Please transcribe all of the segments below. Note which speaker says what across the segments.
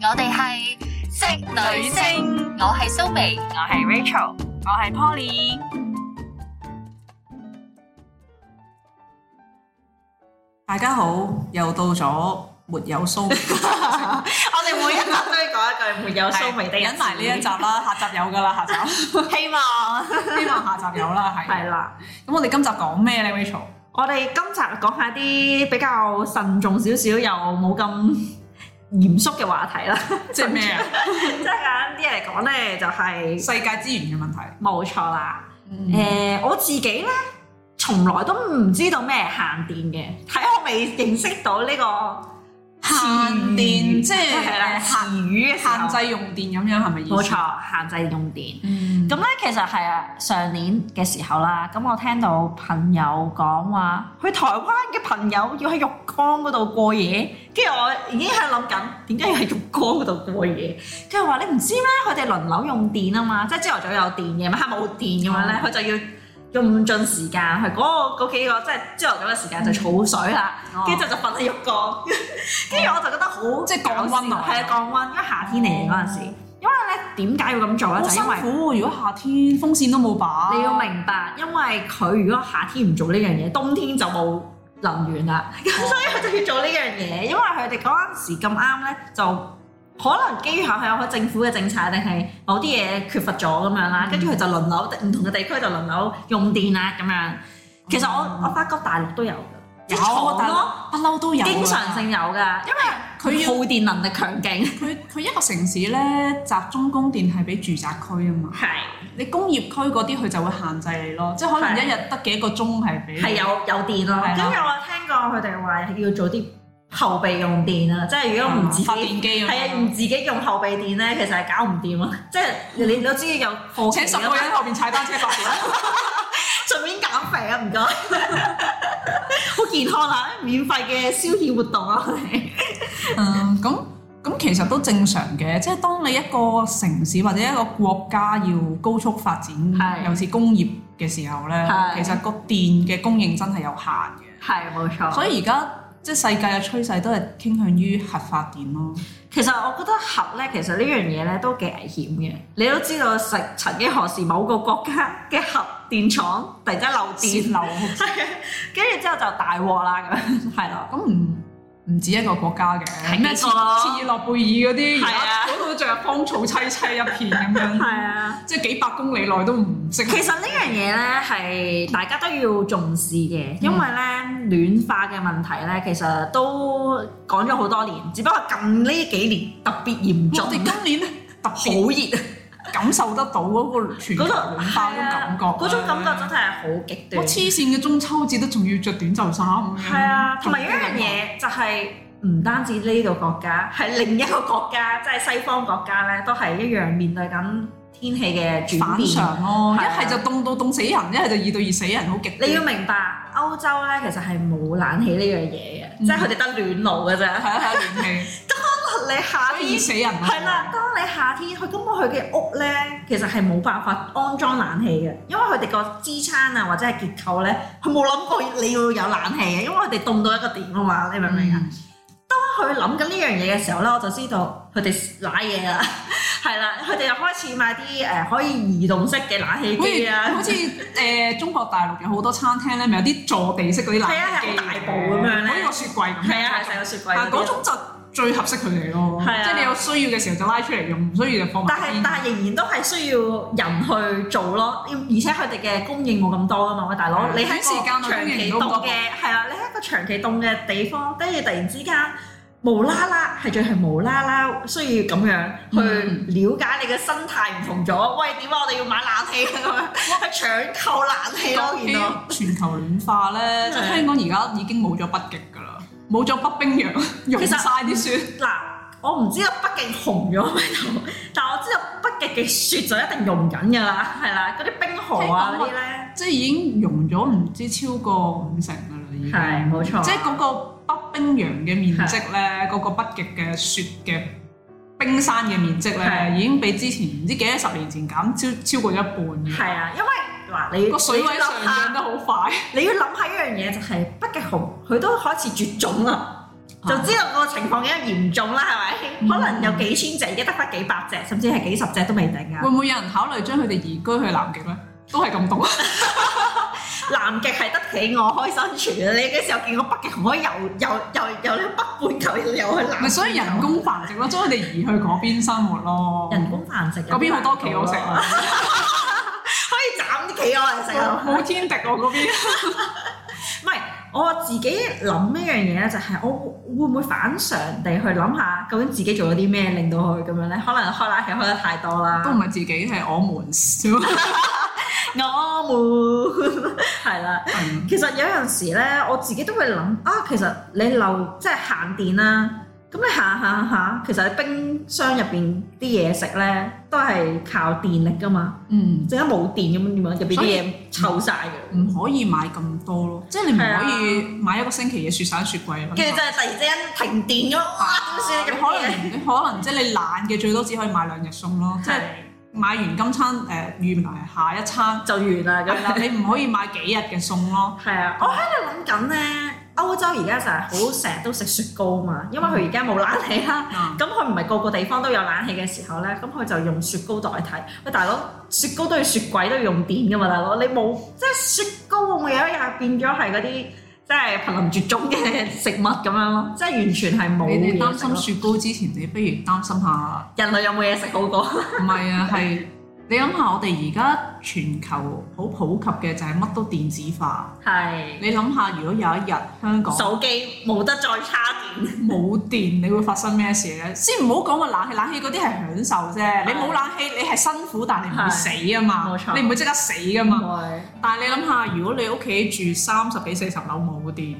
Speaker 1: 我哋係職
Speaker 2: 女聲
Speaker 1: 我係蘇眉，
Speaker 2: 我係 Rachel，我係 Poly。
Speaker 3: 大家好，又到咗沒有 蘇眉
Speaker 2: 我哋每一集 都要講一句沒有蘇眉的人。
Speaker 3: 忍埋呢一集 啦，下集有噶啦，下集
Speaker 2: 希望
Speaker 3: 希望下集有啦，係。
Speaker 2: 係啦。
Speaker 3: 咁我哋今集講咩咧，Rachel？
Speaker 2: 我哋今集講下啲比較慎重少少又冇咁嚴肅嘅話 題啦。
Speaker 3: 即係咩啊？
Speaker 2: 即係簡單啲嚟講咧，就係、
Speaker 3: 世界資源嘅問題。
Speaker 2: 冇錯啦。誒、
Speaker 3: 嗯，
Speaker 2: 我自己咧，從來都唔知道咩係限電嘅，睇我未認識到呢個
Speaker 3: 限
Speaker 2: 詞
Speaker 3: 電
Speaker 2: 語
Speaker 3: 即係
Speaker 2: 嗯係啦，
Speaker 3: 誒
Speaker 2: 詞語嘅時候
Speaker 3: 限制用電咁樣係咪意思？
Speaker 2: 冇。錯，限制用電。
Speaker 3: 嗯，
Speaker 2: 咁咧其實係啊，上年嘅時候啦，咁我聽到朋友講話，去台灣嘅朋友要喺浴缸嗰度過夜，跟住我已經喺度諗緊點解要喺浴缸嗰度過夜。跟住話你唔知咩？佢哋輪流用電啊嘛，即係朝頭早有電，夜晚黑冇電咁樣咧，佢就要用盡時間去嗰、個嗰幾個即係朝頭早嘅時間就儲水啦，跟住就就瞓喺浴缸， 跟住我就覺得好
Speaker 3: 哦即係降溫啊
Speaker 2: 係啊降溫，因為夏天嚟嗰陣時。因為咧點解要咁做
Speaker 3: 好
Speaker 2: 咧？就
Speaker 3: 辛
Speaker 2: 因為
Speaker 3: 苦喎。如果夏天風扇都冇把，
Speaker 2: 你要明白，因為佢如果夏天唔做呢樣嘢，冬天就冇能源啦，咁所以佢就要做呢樣嘢。因為佢哋嗰陣時咁啱咧，就可能基於下係有政府嘅政策，定係某啲嘢缺乏咗咁樣啦，跟住佢就輪流唔同嘅地區就輪流用電啦咁樣。其實我
Speaker 3: 嗯
Speaker 2: 我發覺大陸都哦有啊嘅，即係
Speaker 3: 有
Speaker 2: 廠
Speaker 3: 但
Speaker 2: 咯，
Speaker 3: 不嬲都有啊。
Speaker 2: 經常性有㗎，因為佢
Speaker 3: 佢要
Speaker 2: 耗電能力強勁，
Speaker 3: 佢佢一個城市咧，集中供電係俾住宅區啊嘛。
Speaker 2: 係
Speaker 3: 你工業區嗰啲佢就會限制你咯，即係可能
Speaker 2: 係
Speaker 3: 一日得幾個鐘係俾你
Speaker 2: 係啊有有電咯。
Speaker 3: 嗯係啦
Speaker 2: 跟住我聽過佢哋話要做啲後備用電啊，即係如果唔自
Speaker 3: 嗯發
Speaker 2: 己。
Speaker 3: 電機咁樣
Speaker 2: 係啊，唔自己用後備電咧，其實係搞唔 掂啊！即係你都知有課
Speaker 3: 請十
Speaker 2: 程
Speaker 3: 個人後邊踩單車發電，
Speaker 2: 順便減肥啊，唔該， 好健康啊！免費嘅消遣活動啊，我哋
Speaker 3: 嗯，咁咁其實都正常嘅，即係當你一個城市或者一個國家要高速發展
Speaker 2: 係，
Speaker 3: 尤其是工業嘅時候咧，
Speaker 2: 係
Speaker 3: 其實個電嘅供應真係有限嘅，
Speaker 2: 係冇錯所
Speaker 3: 所
Speaker 2: 以
Speaker 3: 以而家即係世界嘅趨勢都係傾向於核發電咯。
Speaker 2: 其實我覺得核咧，其實呢樣嘢咧都幾危險嘅。你都知道，曾曾經何時某個國家嘅核電廠突然間漏
Speaker 3: 電
Speaker 2: 電，
Speaker 3: 流
Speaker 2: 啊跟住之後就大禍啦咁樣， 係咯。
Speaker 3: 咁唔唔止一個國家
Speaker 2: 係
Speaker 3: 嘅，咩
Speaker 2: 幾
Speaker 3: 切
Speaker 2: 個咯
Speaker 3: 切爾諾貝爾嗰啲，而
Speaker 2: 係啊
Speaker 3: 家嗰度仲係荒草萋萋一片咁樣。
Speaker 2: 係啊。
Speaker 3: 即係幾百公里內都唔識。
Speaker 2: 其實呢樣嘢咧係大家都要重視嘅，因為咧暖化嘅問題咧，其實都講咗好多年，只不過近呢幾年特別嚴
Speaker 3: 我
Speaker 2: 重，
Speaker 3: 哋今年咧特
Speaker 2: 好
Speaker 3: 別
Speaker 2: 熱，
Speaker 3: 啊
Speaker 2: 啊
Speaker 3: 感受得到嗰個全球
Speaker 2: 嗰
Speaker 3: 暖
Speaker 2: 種
Speaker 3: 化嗰種感覺， 啊
Speaker 2: 嗰種感覺真係好極
Speaker 3: 我
Speaker 2: 端
Speaker 3: 黐。線嘅中秋節都仲要着短袖衫咁樣。
Speaker 2: 係啊，同埋有一樣嘢就係唔單止呢個國家，係另一個國家，即係西方國家咧，都係一樣面對緊天氣嘅轉
Speaker 3: 反
Speaker 2: 變。
Speaker 3: 常咯，
Speaker 2: 係啊
Speaker 3: 一係就凍到凍死人，一係就熱到熱死人，好極端。
Speaker 2: 你要明白，歐洲咧其實係冇冷氣呢樣嘢嘅，即係佢哋得暖爐嘅啫。
Speaker 3: 係啊係啊暖氣，
Speaker 2: 你夏
Speaker 3: 所以熱
Speaker 2: 天
Speaker 3: 死人咯。
Speaker 2: 係啦，當你夏天佢根本佢嘅屋咧，其實係冇辦法安裝冷氣嘅，因為佢哋個支撐啊或者係結構咧，佢冇諗過你要有冷氣嘅，因為佢哋凍到一個點啊嘛，你明唔明啊？當佢諗緊呢樣嘢嘅時候咧，我就知道佢哋賴嘢 啦，係啦，佢哋又開始買啲誒、呃可以移動式嘅冷氣
Speaker 3: 好
Speaker 2: 機
Speaker 3: 似
Speaker 2: 啊
Speaker 3: 好。似誒中國大陸有好多餐廳咧，咪有啲坐地式嗰啲冷
Speaker 2: 係啊係
Speaker 3: 氣機嘅，
Speaker 2: 好大部咁樣咧
Speaker 3: 好似個雪櫃咁樣。
Speaker 2: 係啊，係成個雪櫃
Speaker 3: 啊
Speaker 2: 嗰啲
Speaker 3: 嗰種就最合適佢哋咯，
Speaker 2: 係啊
Speaker 3: 即係你有需要嘅時候就拉出嚟用，唔需要就放埋
Speaker 2: 但係
Speaker 3: 邊
Speaker 2: 但係仍然都係需要人去做咯，要而且佢哋嘅供應冇咁多啊嘛，喂大佬，
Speaker 3: 係
Speaker 2: 你喺一個
Speaker 3: 短時間內
Speaker 2: 長
Speaker 3: 供應
Speaker 2: 期
Speaker 3: 唔
Speaker 2: 凍
Speaker 3: 到咁多
Speaker 2: 嘅係啦，你喺一個長期凍嘅地方，跟住突然之間無啦啦係最係無啦啦需要咁樣去
Speaker 3: 嗯
Speaker 2: 了解你嘅生態唔同咗，喂點啊？我哋要買冷氣啊 咁樣，去搶購冷氣咯，
Speaker 3: 講
Speaker 2: 見到。
Speaker 3: 起全球暖化 咧，即
Speaker 2: 係
Speaker 3: 係香港而家已經冇咗北極㗎啦，冇咗北冰洋，融晒啲雪。
Speaker 2: 嗱，我唔知道北極紅咗喺度，但我知道北極嘅雪就一定融緊㗎啦，係啦，嗰啲冰河啊
Speaker 3: 聽講
Speaker 2: 嗰
Speaker 3: 話
Speaker 2: 啲咧，
Speaker 3: 即係已經融咗唔知超過五成㗎啦，已經。
Speaker 2: 係冇錯
Speaker 3: 即係嗰個北冰洋嘅面積咧，嗰個北極嘅雪嘅冰山嘅面積
Speaker 2: 係
Speaker 3: 咧，已經比之前唔知幾多十年前減超超過一半嘅。
Speaker 2: 係啊，因為嗱你
Speaker 3: 個水位上
Speaker 2: 你要諗
Speaker 3: 漲
Speaker 2: 下
Speaker 3: 得好快。
Speaker 2: 你要諗下一樣嘢就係北極熊，佢都開始絕種啦。
Speaker 3: 哦
Speaker 2: 就知道個情況幾咁嚴重啦，係
Speaker 3: 啊嗯
Speaker 2: 咪？可能有幾千隻，而家得翻幾百隻，甚至係幾十隻都未定啊
Speaker 3: 會！唔會有人考慮將佢哋移居去南極咧？都係咁凍，
Speaker 2: 南極係得企鵝可以生存啊！你幾時有見過北極熊可以游游游游喺北半球游去南半球？
Speaker 3: 咪所以人工繁殖咯，將佢哋移去嗰邊生活咯。
Speaker 2: 人工繁殖
Speaker 3: 嗰邊好多企鵝食啊，
Speaker 2: 可以斬啲企鵝嚟食啊！
Speaker 3: 冇天敵喎嗰邊。
Speaker 2: 唔係，我自己諗一樣嘢咧，就係我會唔會反常地去諗下，究竟自己做咗啲咩令到佢咁樣咧？可能開冷氣開得太多啦
Speaker 3: 都，唔係自己係我們少，
Speaker 2: 我冇 係啦。
Speaker 3: 嗯
Speaker 2: 其實有陣時咧，我自己都會諗啊，其實你漏即係限電啦，咁你行行下，其實你冰箱入邊啲嘢食咧都係靠電力噶嘛，
Speaker 3: 嗯，
Speaker 2: 陣間冇電咁樣點樣，入邊啲嘢臭晒嘅，
Speaker 3: 唔可以買咁多咯，即係你啊唔可以買一個星期嘢雪晒喺雪櫃啦。
Speaker 2: 跟住就係突然之間停電咗，哇點算
Speaker 3: 你
Speaker 2: 咁
Speaker 3: 可
Speaker 2: 可
Speaker 3: 能你可能即係你懶嘅，最多只可以買兩日餸咯，即係買完今餐誒預埋下一餐，
Speaker 2: 就完啦
Speaker 3: 係
Speaker 2: 咁
Speaker 3: 啦，
Speaker 2: 樣。
Speaker 3: 你唔可以買幾日嘅餸咯。
Speaker 2: 係啊，我喺度諗緊咧，歐洲而家就係好成日都食雪糕嘛，因為佢而家冇冷氣啦。
Speaker 3: 啊
Speaker 2: 咁佢唔係個個地方都有冷氣嘅時候咧，咁佢就用雪糕代替。喂，大佬，雪糕都要雪櫃都要用電噶嘛，大佬，你冇即係雪糕會唔會有一日變咗係嗰啲即係瀕臨絕種嘅食物咁樣咯？即係完全係冇
Speaker 3: 你哋
Speaker 2: 嘢
Speaker 3: 擔
Speaker 2: 食
Speaker 3: 心
Speaker 2: 咯。
Speaker 3: 雪糕之前，你不如擔心下，
Speaker 2: 人類有冇嘢食好過？
Speaker 3: 唔係啊，係你諗下，我哋而家全球好普及嘅就係乜都電子化。
Speaker 2: 係
Speaker 3: 你諗下，如果有一日香港
Speaker 2: 手機冇得再叉電，
Speaker 3: 冇電，你會發生咩事咧？先唔好講話冷氣，冷氣嗰啲係享受啫。你冇冷氣，你係辛苦，但係你唔會死啊嘛
Speaker 2: 冇。錯
Speaker 3: 你唔會即刻死噶嘛。但係你諗下，如果你屋企住三十幾四十樓冇電，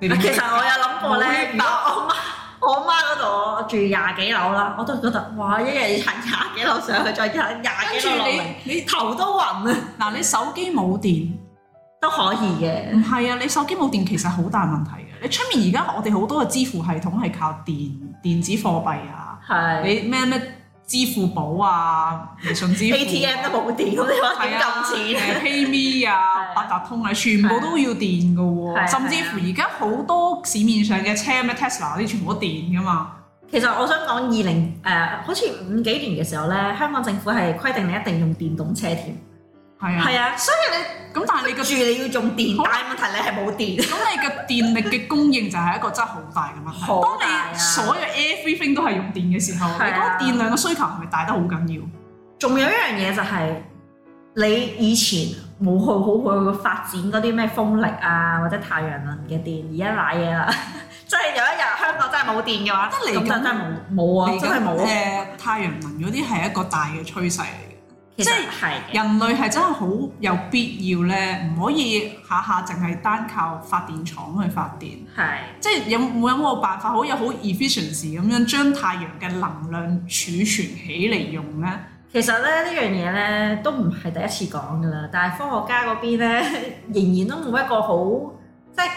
Speaker 3: 你點
Speaker 2: 其實我有諗過咧，如果我媽我媽嗰度我住廿幾樓啦，我都覺得哇，一日行廿幾樓上去，再行廿
Speaker 3: 跟
Speaker 2: 幾
Speaker 3: 住
Speaker 2: 樓落嚟，
Speaker 3: 你你
Speaker 2: 頭都暈啊！
Speaker 3: 嗱，你手機冇電，
Speaker 2: 都可以嘅。
Speaker 3: 唔係啊，你手機冇電其實好大問題嘅。你出面而家我哋好多嘅支付系統係靠電電子貨幣啊，
Speaker 2: 係
Speaker 3: 你咩咩支付寶啊、微信支付啊
Speaker 2: ATM 都冇電，咁你話點撳錢？
Speaker 3: 啊誒 PayMe 啊、
Speaker 2: 係
Speaker 3: 八達通啊，全部都要電㗎
Speaker 2: 係啊
Speaker 3: 喎，甚至乎而家好多市面上嘅車咩 Tesla 呢，全部都電㗎嘛。
Speaker 2: 其實我想講二零誒，好似五幾年嘅時候咧，香港政府係規定你一定用電動車添。
Speaker 3: 係啊，
Speaker 2: 係啊，所以
Speaker 3: 咁但係你
Speaker 2: 你
Speaker 3: 嘅
Speaker 2: 住你要用電，
Speaker 3: 好
Speaker 2: 但係問題你係冇電。
Speaker 3: 咁你嘅電力嘅供應就係一個真係好大嘅問題。
Speaker 2: 好大啊
Speaker 3: 當你所有 everything 都係用電嘅時候，你
Speaker 2: 係
Speaker 3: 嗰
Speaker 2: 啊
Speaker 3: 個電量嘅需求係咪大得好緊要？
Speaker 2: 仲有一樣嘢就係、你以前冇去好去發展嗰啲咩風力啊，或者太陽能嘅電，而家賴嘢啦。 即係有一日香港真係冇電嘅話，
Speaker 3: 得嚟
Speaker 2: 咁就
Speaker 3: 緊
Speaker 2: 真係冇冇啊，
Speaker 3: 你
Speaker 2: 真係冇啊。
Speaker 3: 誒太陽能嗰啲係一個大嘅趨勢嚟嘅。
Speaker 2: 其
Speaker 3: 即
Speaker 2: 實
Speaker 3: 係
Speaker 2: 係嘅。
Speaker 3: 人類係真係好有必要咧，唔可以下下淨係單靠發電廠去發電。
Speaker 2: 係
Speaker 3: 即係有冇有冇辦法好有好 efficiency 咁樣將太陽嘅能量儲存起嚟用咧？
Speaker 2: 其實咧呢樣嘢咧都唔係第一次講噶啦，但係科學家嗰邊咧 仍然都冇一個好即係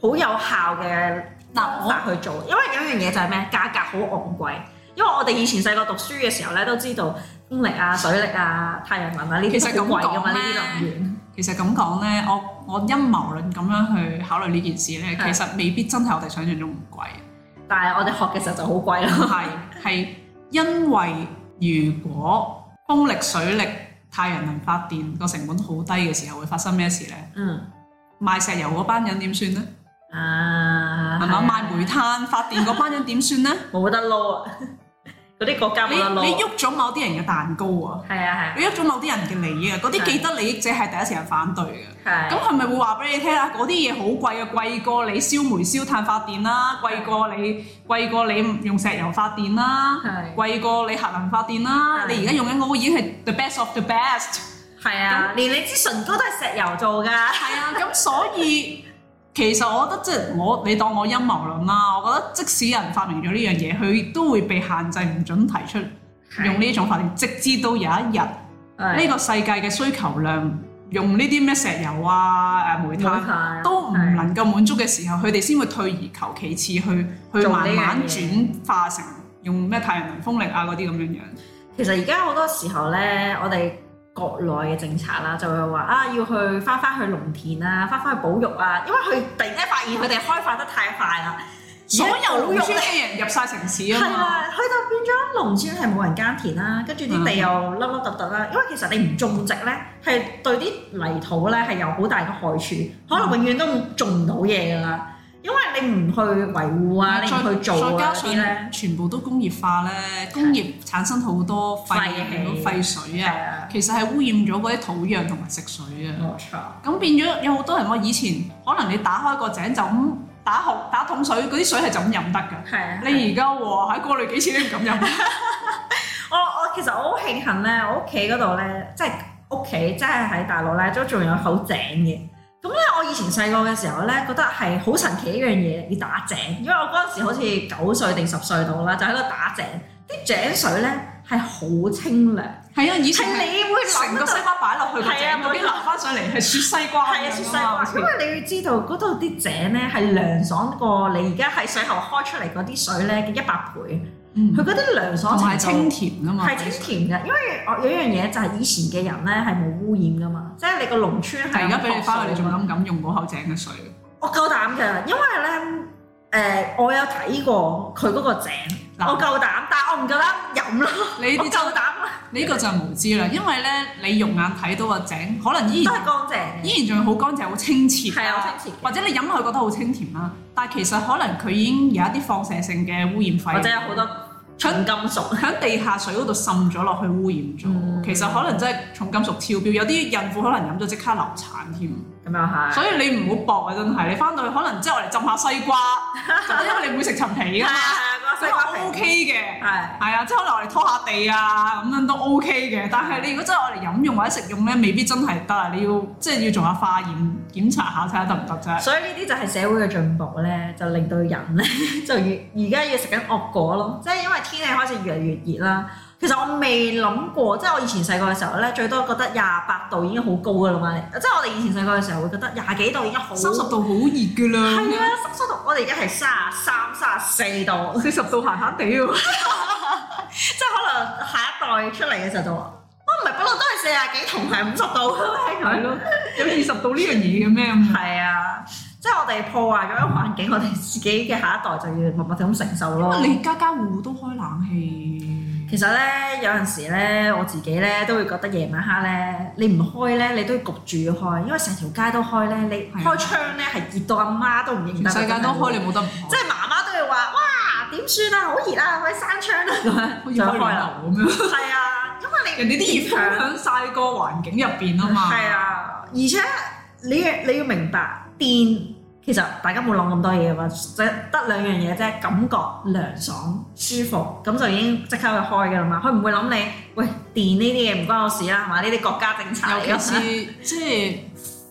Speaker 2: 好有效嘅
Speaker 3: 嗱
Speaker 2: 方法去做，因為有一樣嘢就係咩價格好昂貴，因為我哋以前細個讀書嘅時候咧都知道風力啊、水力啊、太陽能啊呢
Speaker 3: 其實
Speaker 2: 啲
Speaker 3: 咁
Speaker 2: 好貴㗎嘛，
Speaker 3: 講
Speaker 2: 呢
Speaker 3: 咧
Speaker 2: 啲能源
Speaker 3: 其實咁講咧，我我陰謀論咁樣去考慮呢件事咧，
Speaker 2: 係
Speaker 3: 其實未必真係我哋想象中咁貴，
Speaker 2: 但係我哋學嘅時候就好貴
Speaker 3: 唔
Speaker 2: 咯。
Speaker 3: 係係因為如果風力、水力、太陽能發電個成本好低嘅時候，會發生咩事咧？
Speaker 2: 嗯
Speaker 3: 賣石油嗰班人點算咧？
Speaker 2: 啊，
Speaker 3: 係
Speaker 2: 係
Speaker 3: 嘛？
Speaker 2: 啊
Speaker 3: 賣煤炭發電嗰班人點 算咧？
Speaker 2: 冇得撈啊！嗰啲國 家
Speaker 3: 你
Speaker 2: 冇得
Speaker 3: 你
Speaker 2: 撈啊。
Speaker 3: 喐咗某啲人嘅蛋糕啊！
Speaker 2: 係啊
Speaker 3: 你喐咗某啲人嘅利益啊！嗰啲
Speaker 2: 係
Speaker 3: 既得利益者係第一時間反對嘅。
Speaker 2: 係係。
Speaker 3: 咁係咪會話俾你聽啊？嗰啲嘢好貴啊，貴過你燒煤燒炭發電啦，貴過你貴過你用石油發電啦，
Speaker 2: 係
Speaker 3: 貴過你核能發電啦。
Speaker 2: 係
Speaker 3: 你而家用緊嗰個已經係 the best of the best。
Speaker 2: 係啊，連你支唇膏都係石油做㗎。
Speaker 3: 係啊，咁所以其實我覺得即係我你當我陰謀論啦，我覺得即使有人發明咗呢樣嘢，佢都會被限制唔准提出用呢種發電，直至到有一日。呢
Speaker 2: 呢
Speaker 3: 個世界嘅需求量，用呢啲咩石油啊、誒煤炭
Speaker 2: 炭
Speaker 3: 都唔能夠滿足嘅時候，佢哋先會退而求其次去去
Speaker 2: 做呢
Speaker 3: 慢
Speaker 2: 樣
Speaker 3: 慢
Speaker 2: 嘢
Speaker 3: 轉化成用咩太陽能、風力啊嗰啲咁樣樣。
Speaker 2: 其實而家好多時候咧，我哋國內嘅政策啦，就會話啊，要去翻翻去農田啊，翻翻去保育啊，因為佢突然間發現佢哋開發得太快啦，
Speaker 3: 所有
Speaker 2: 冇
Speaker 3: 農
Speaker 2: 用
Speaker 3: 村嘅人入晒城市
Speaker 2: 係
Speaker 3: 啊嘛，
Speaker 2: 啦，佢就變咗農村係冇人耕田啦，跟住啲地
Speaker 3: 嗯
Speaker 2: 又凹凹凸凸啦。因為其實你唔種植咧，係對啲泥土咧係有好大嘅害處，可能永遠都種唔到嘢㗎啦。因為你唔去維護啊，你唔去做
Speaker 3: 再加
Speaker 2: 啊嗰啲咧，
Speaker 3: 上全部都工業化咧，工業產生好多廢氣、
Speaker 2: 廢
Speaker 3: 廢水啊，
Speaker 2: 係啊，
Speaker 3: 其實係污染咗嗰啲土壤同埋食水啊。
Speaker 2: 冇錯，
Speaker 3: 咁變咗有好多人話以前可能你打開個井就咁打紅打桶水，嗰啲水係就咁飲得㗎。
Speaker 2: 係啊。
Speaker 3: 你而家喎喺過濾幾次都唔敢飲。
Speaker 2: 我我其實我好慶幸咧，我屋企嗰度咧，即係屋企，即係喺大陸咧，都仲有口井嘅。咁咧，我以前細個嘅時候咧，覺得係好神奇一樣嘢，要打井。因為我嗰陣時好似九歲定十歲到啦，就喺度打井，啲井水咧係好清 涼，
Speaker 3: 係啊，以
Speaker 2: 係
Speaker 3: 前係
Speaker 2: 你會
Speaker 3: 成
Speaker 2: 諗
Speaker 3: 個
Speaker 2: 到
Speaker 3: 西。瓜擺落去個井
Speaker 2: 係啊
Speaker 3: 嗰
Speaker 2: 冇錯
Speaker 3: 邊流翻上嚟係雪西瓜咁樣
Speaker 2: 係啊，雪西
Speaker 3: 㗎嘛好，
Speaker 2: 瓜
Speaker 3: 似
Speaker 2: 因為你要知道嗰度啲井咧係涼爽過你而家喺水喉開出嚟嗰啲水咧嘅一百倍，
Speaker 3: 嗯
Speaker 2: 佢嗰啲涼
Speaker 3: 同
Speaker 2: 爽
Speaker 3: 埋
Speaker 2: 程度
Speaker 3: 清甜㗎嘛，
Speaker 2: 係清甜嘅，因為我有一樣嘢就係以前嘅人咧係冇污染噶嘛，即係你個農村係
Speaker 3: 但而家俾你翻去，
Speaker 2: 去
Speaker 3: 你仲敢唔敢用嗰口井嘅水？
Speaker 2: 啊我夠膽嘅，因為咧誒、我有睇過佢嗰個井，
Speaker 3: 嗱
Speaker 2: 我夠膽，但係我唔夠膽飲咯，
Speaker 3: 你
Speaker 2: 我
Speaker 3: 你就
Speaker 2: 夠膽
Speaker 3: 呢個就無知啦，因為咧你肉眼睇到個井，可能依
Speaker 2: 都
Speaker 3: 然
Speaker 2: 係乾淨嘅，
Speaker 3: 依然仲係好乾淨、好清澈，
Speaker 2: 係啊，好清澈
Speaker 3: 或者你飲落去覺得好清甜啦，但係其實可能佢已經有一啲放射性嘅污染廢，
Speaker 2: 嘅，或者有好多重金屬，
Speaker 3: 喺地下水嗰度滲咗落去污染咗，
Speaker 2: 嗯
Speaker 3: 其實可能真係重金屬超標，有啲孕婦可能飲咗即刻流產添，
Speaker 2: 咁又係，
Speaker 3: 所以你唔好搏啊！真係，你翻到去可能即係我嚟浸下西 瓜，就因為你唔會食陳皮㗎
Speaker 2: 係
Speaker 3: 嘛，
Speaker 2: 啊個
Speaker 3: 所
Speaker 2: 西
Speaker 3: 以
Speaker 2: 瓜
Speaker 3: 我
Speaker 2: 皮
Speaker 3: OK 嘅。
Speaker 2: 係
Speaker 3: 係啊，即係可能我哋拖下地啊，咁樣都 OK 嘅。但係你如果真係我哋飲用或者食用咧，未必真係得啊！你要即係要做下化驗檢查下睇下得唔得啫。
Speaker 2: 所以呢啲就係社會嘅進步咧，就令到人咧 就越而家要食緊惡果咯，即係因為天氣開始越嚟越熱啦。其實我未諗過，即係我以前細個嘅時候咧，最多覺得廿八度已經好高噶啦嘛。即係我哋以前細個嘅時候會覺得廿幾度已經好
Speaker 3: 三十度好熱㗎啦，
Speaker 2: 係啊，三十度我哋而家係三十三、三十四度，
Speaker 3: 四十度閒閒地喎。
Speaker 2: 即係可能下一代出嚟嘅時候就話：我唔係不嬲都係四廿幾同係五十度 嘅咩咁
Speaker 3: 係咯， 有二十度呢樣嘢嘅咩？咁
Speaker 2: 係啊，即係我哋破壞咗環境，我哋自己嘅下一代就要默默咁承受咯。
Speaker 3: 因為你家家戶戶都開冷氣，
Speaker 2: 其實咧，有陣時咧，我自己咧都會覺得夜晚黑咧，你唔開咧，你都要焗住要開，因為成條街都開咧，你
Speaker 3: 係啊
Speaker 2: 開窗咧係熱到阿媽都唔認
Speaker 3: 全
Speaker 2: 得。
Speaker 3: 世界都開，你，冇得唔開
Speaker 2: 即係媽媽都要話：哇，點算啊？好熱啊，去閂窗啦 咁樣。
Speaker 3: 好似開流咁樣。
Speaker 2: 係啊，因為你
Speaker 3: 人哋啲熱風響晒個環境入邊啊嘛。
Speaker 2: 係啊，而且你要你要明白電。其實大家冇諗咁多嘢嘛，就得兩樣嘢啫，感覺涼爽舒服，咁就已經即刻去開噶啦嘛。佢唔會諗你，喂電呢啲嘢唔關我事啦，係嘛？呢啲國家政策嚟
Speaker 3: 尤
Speaker 2: 㗎
Speaker 3: 其是
Speaker 2: 啊
Speaker 3: 即係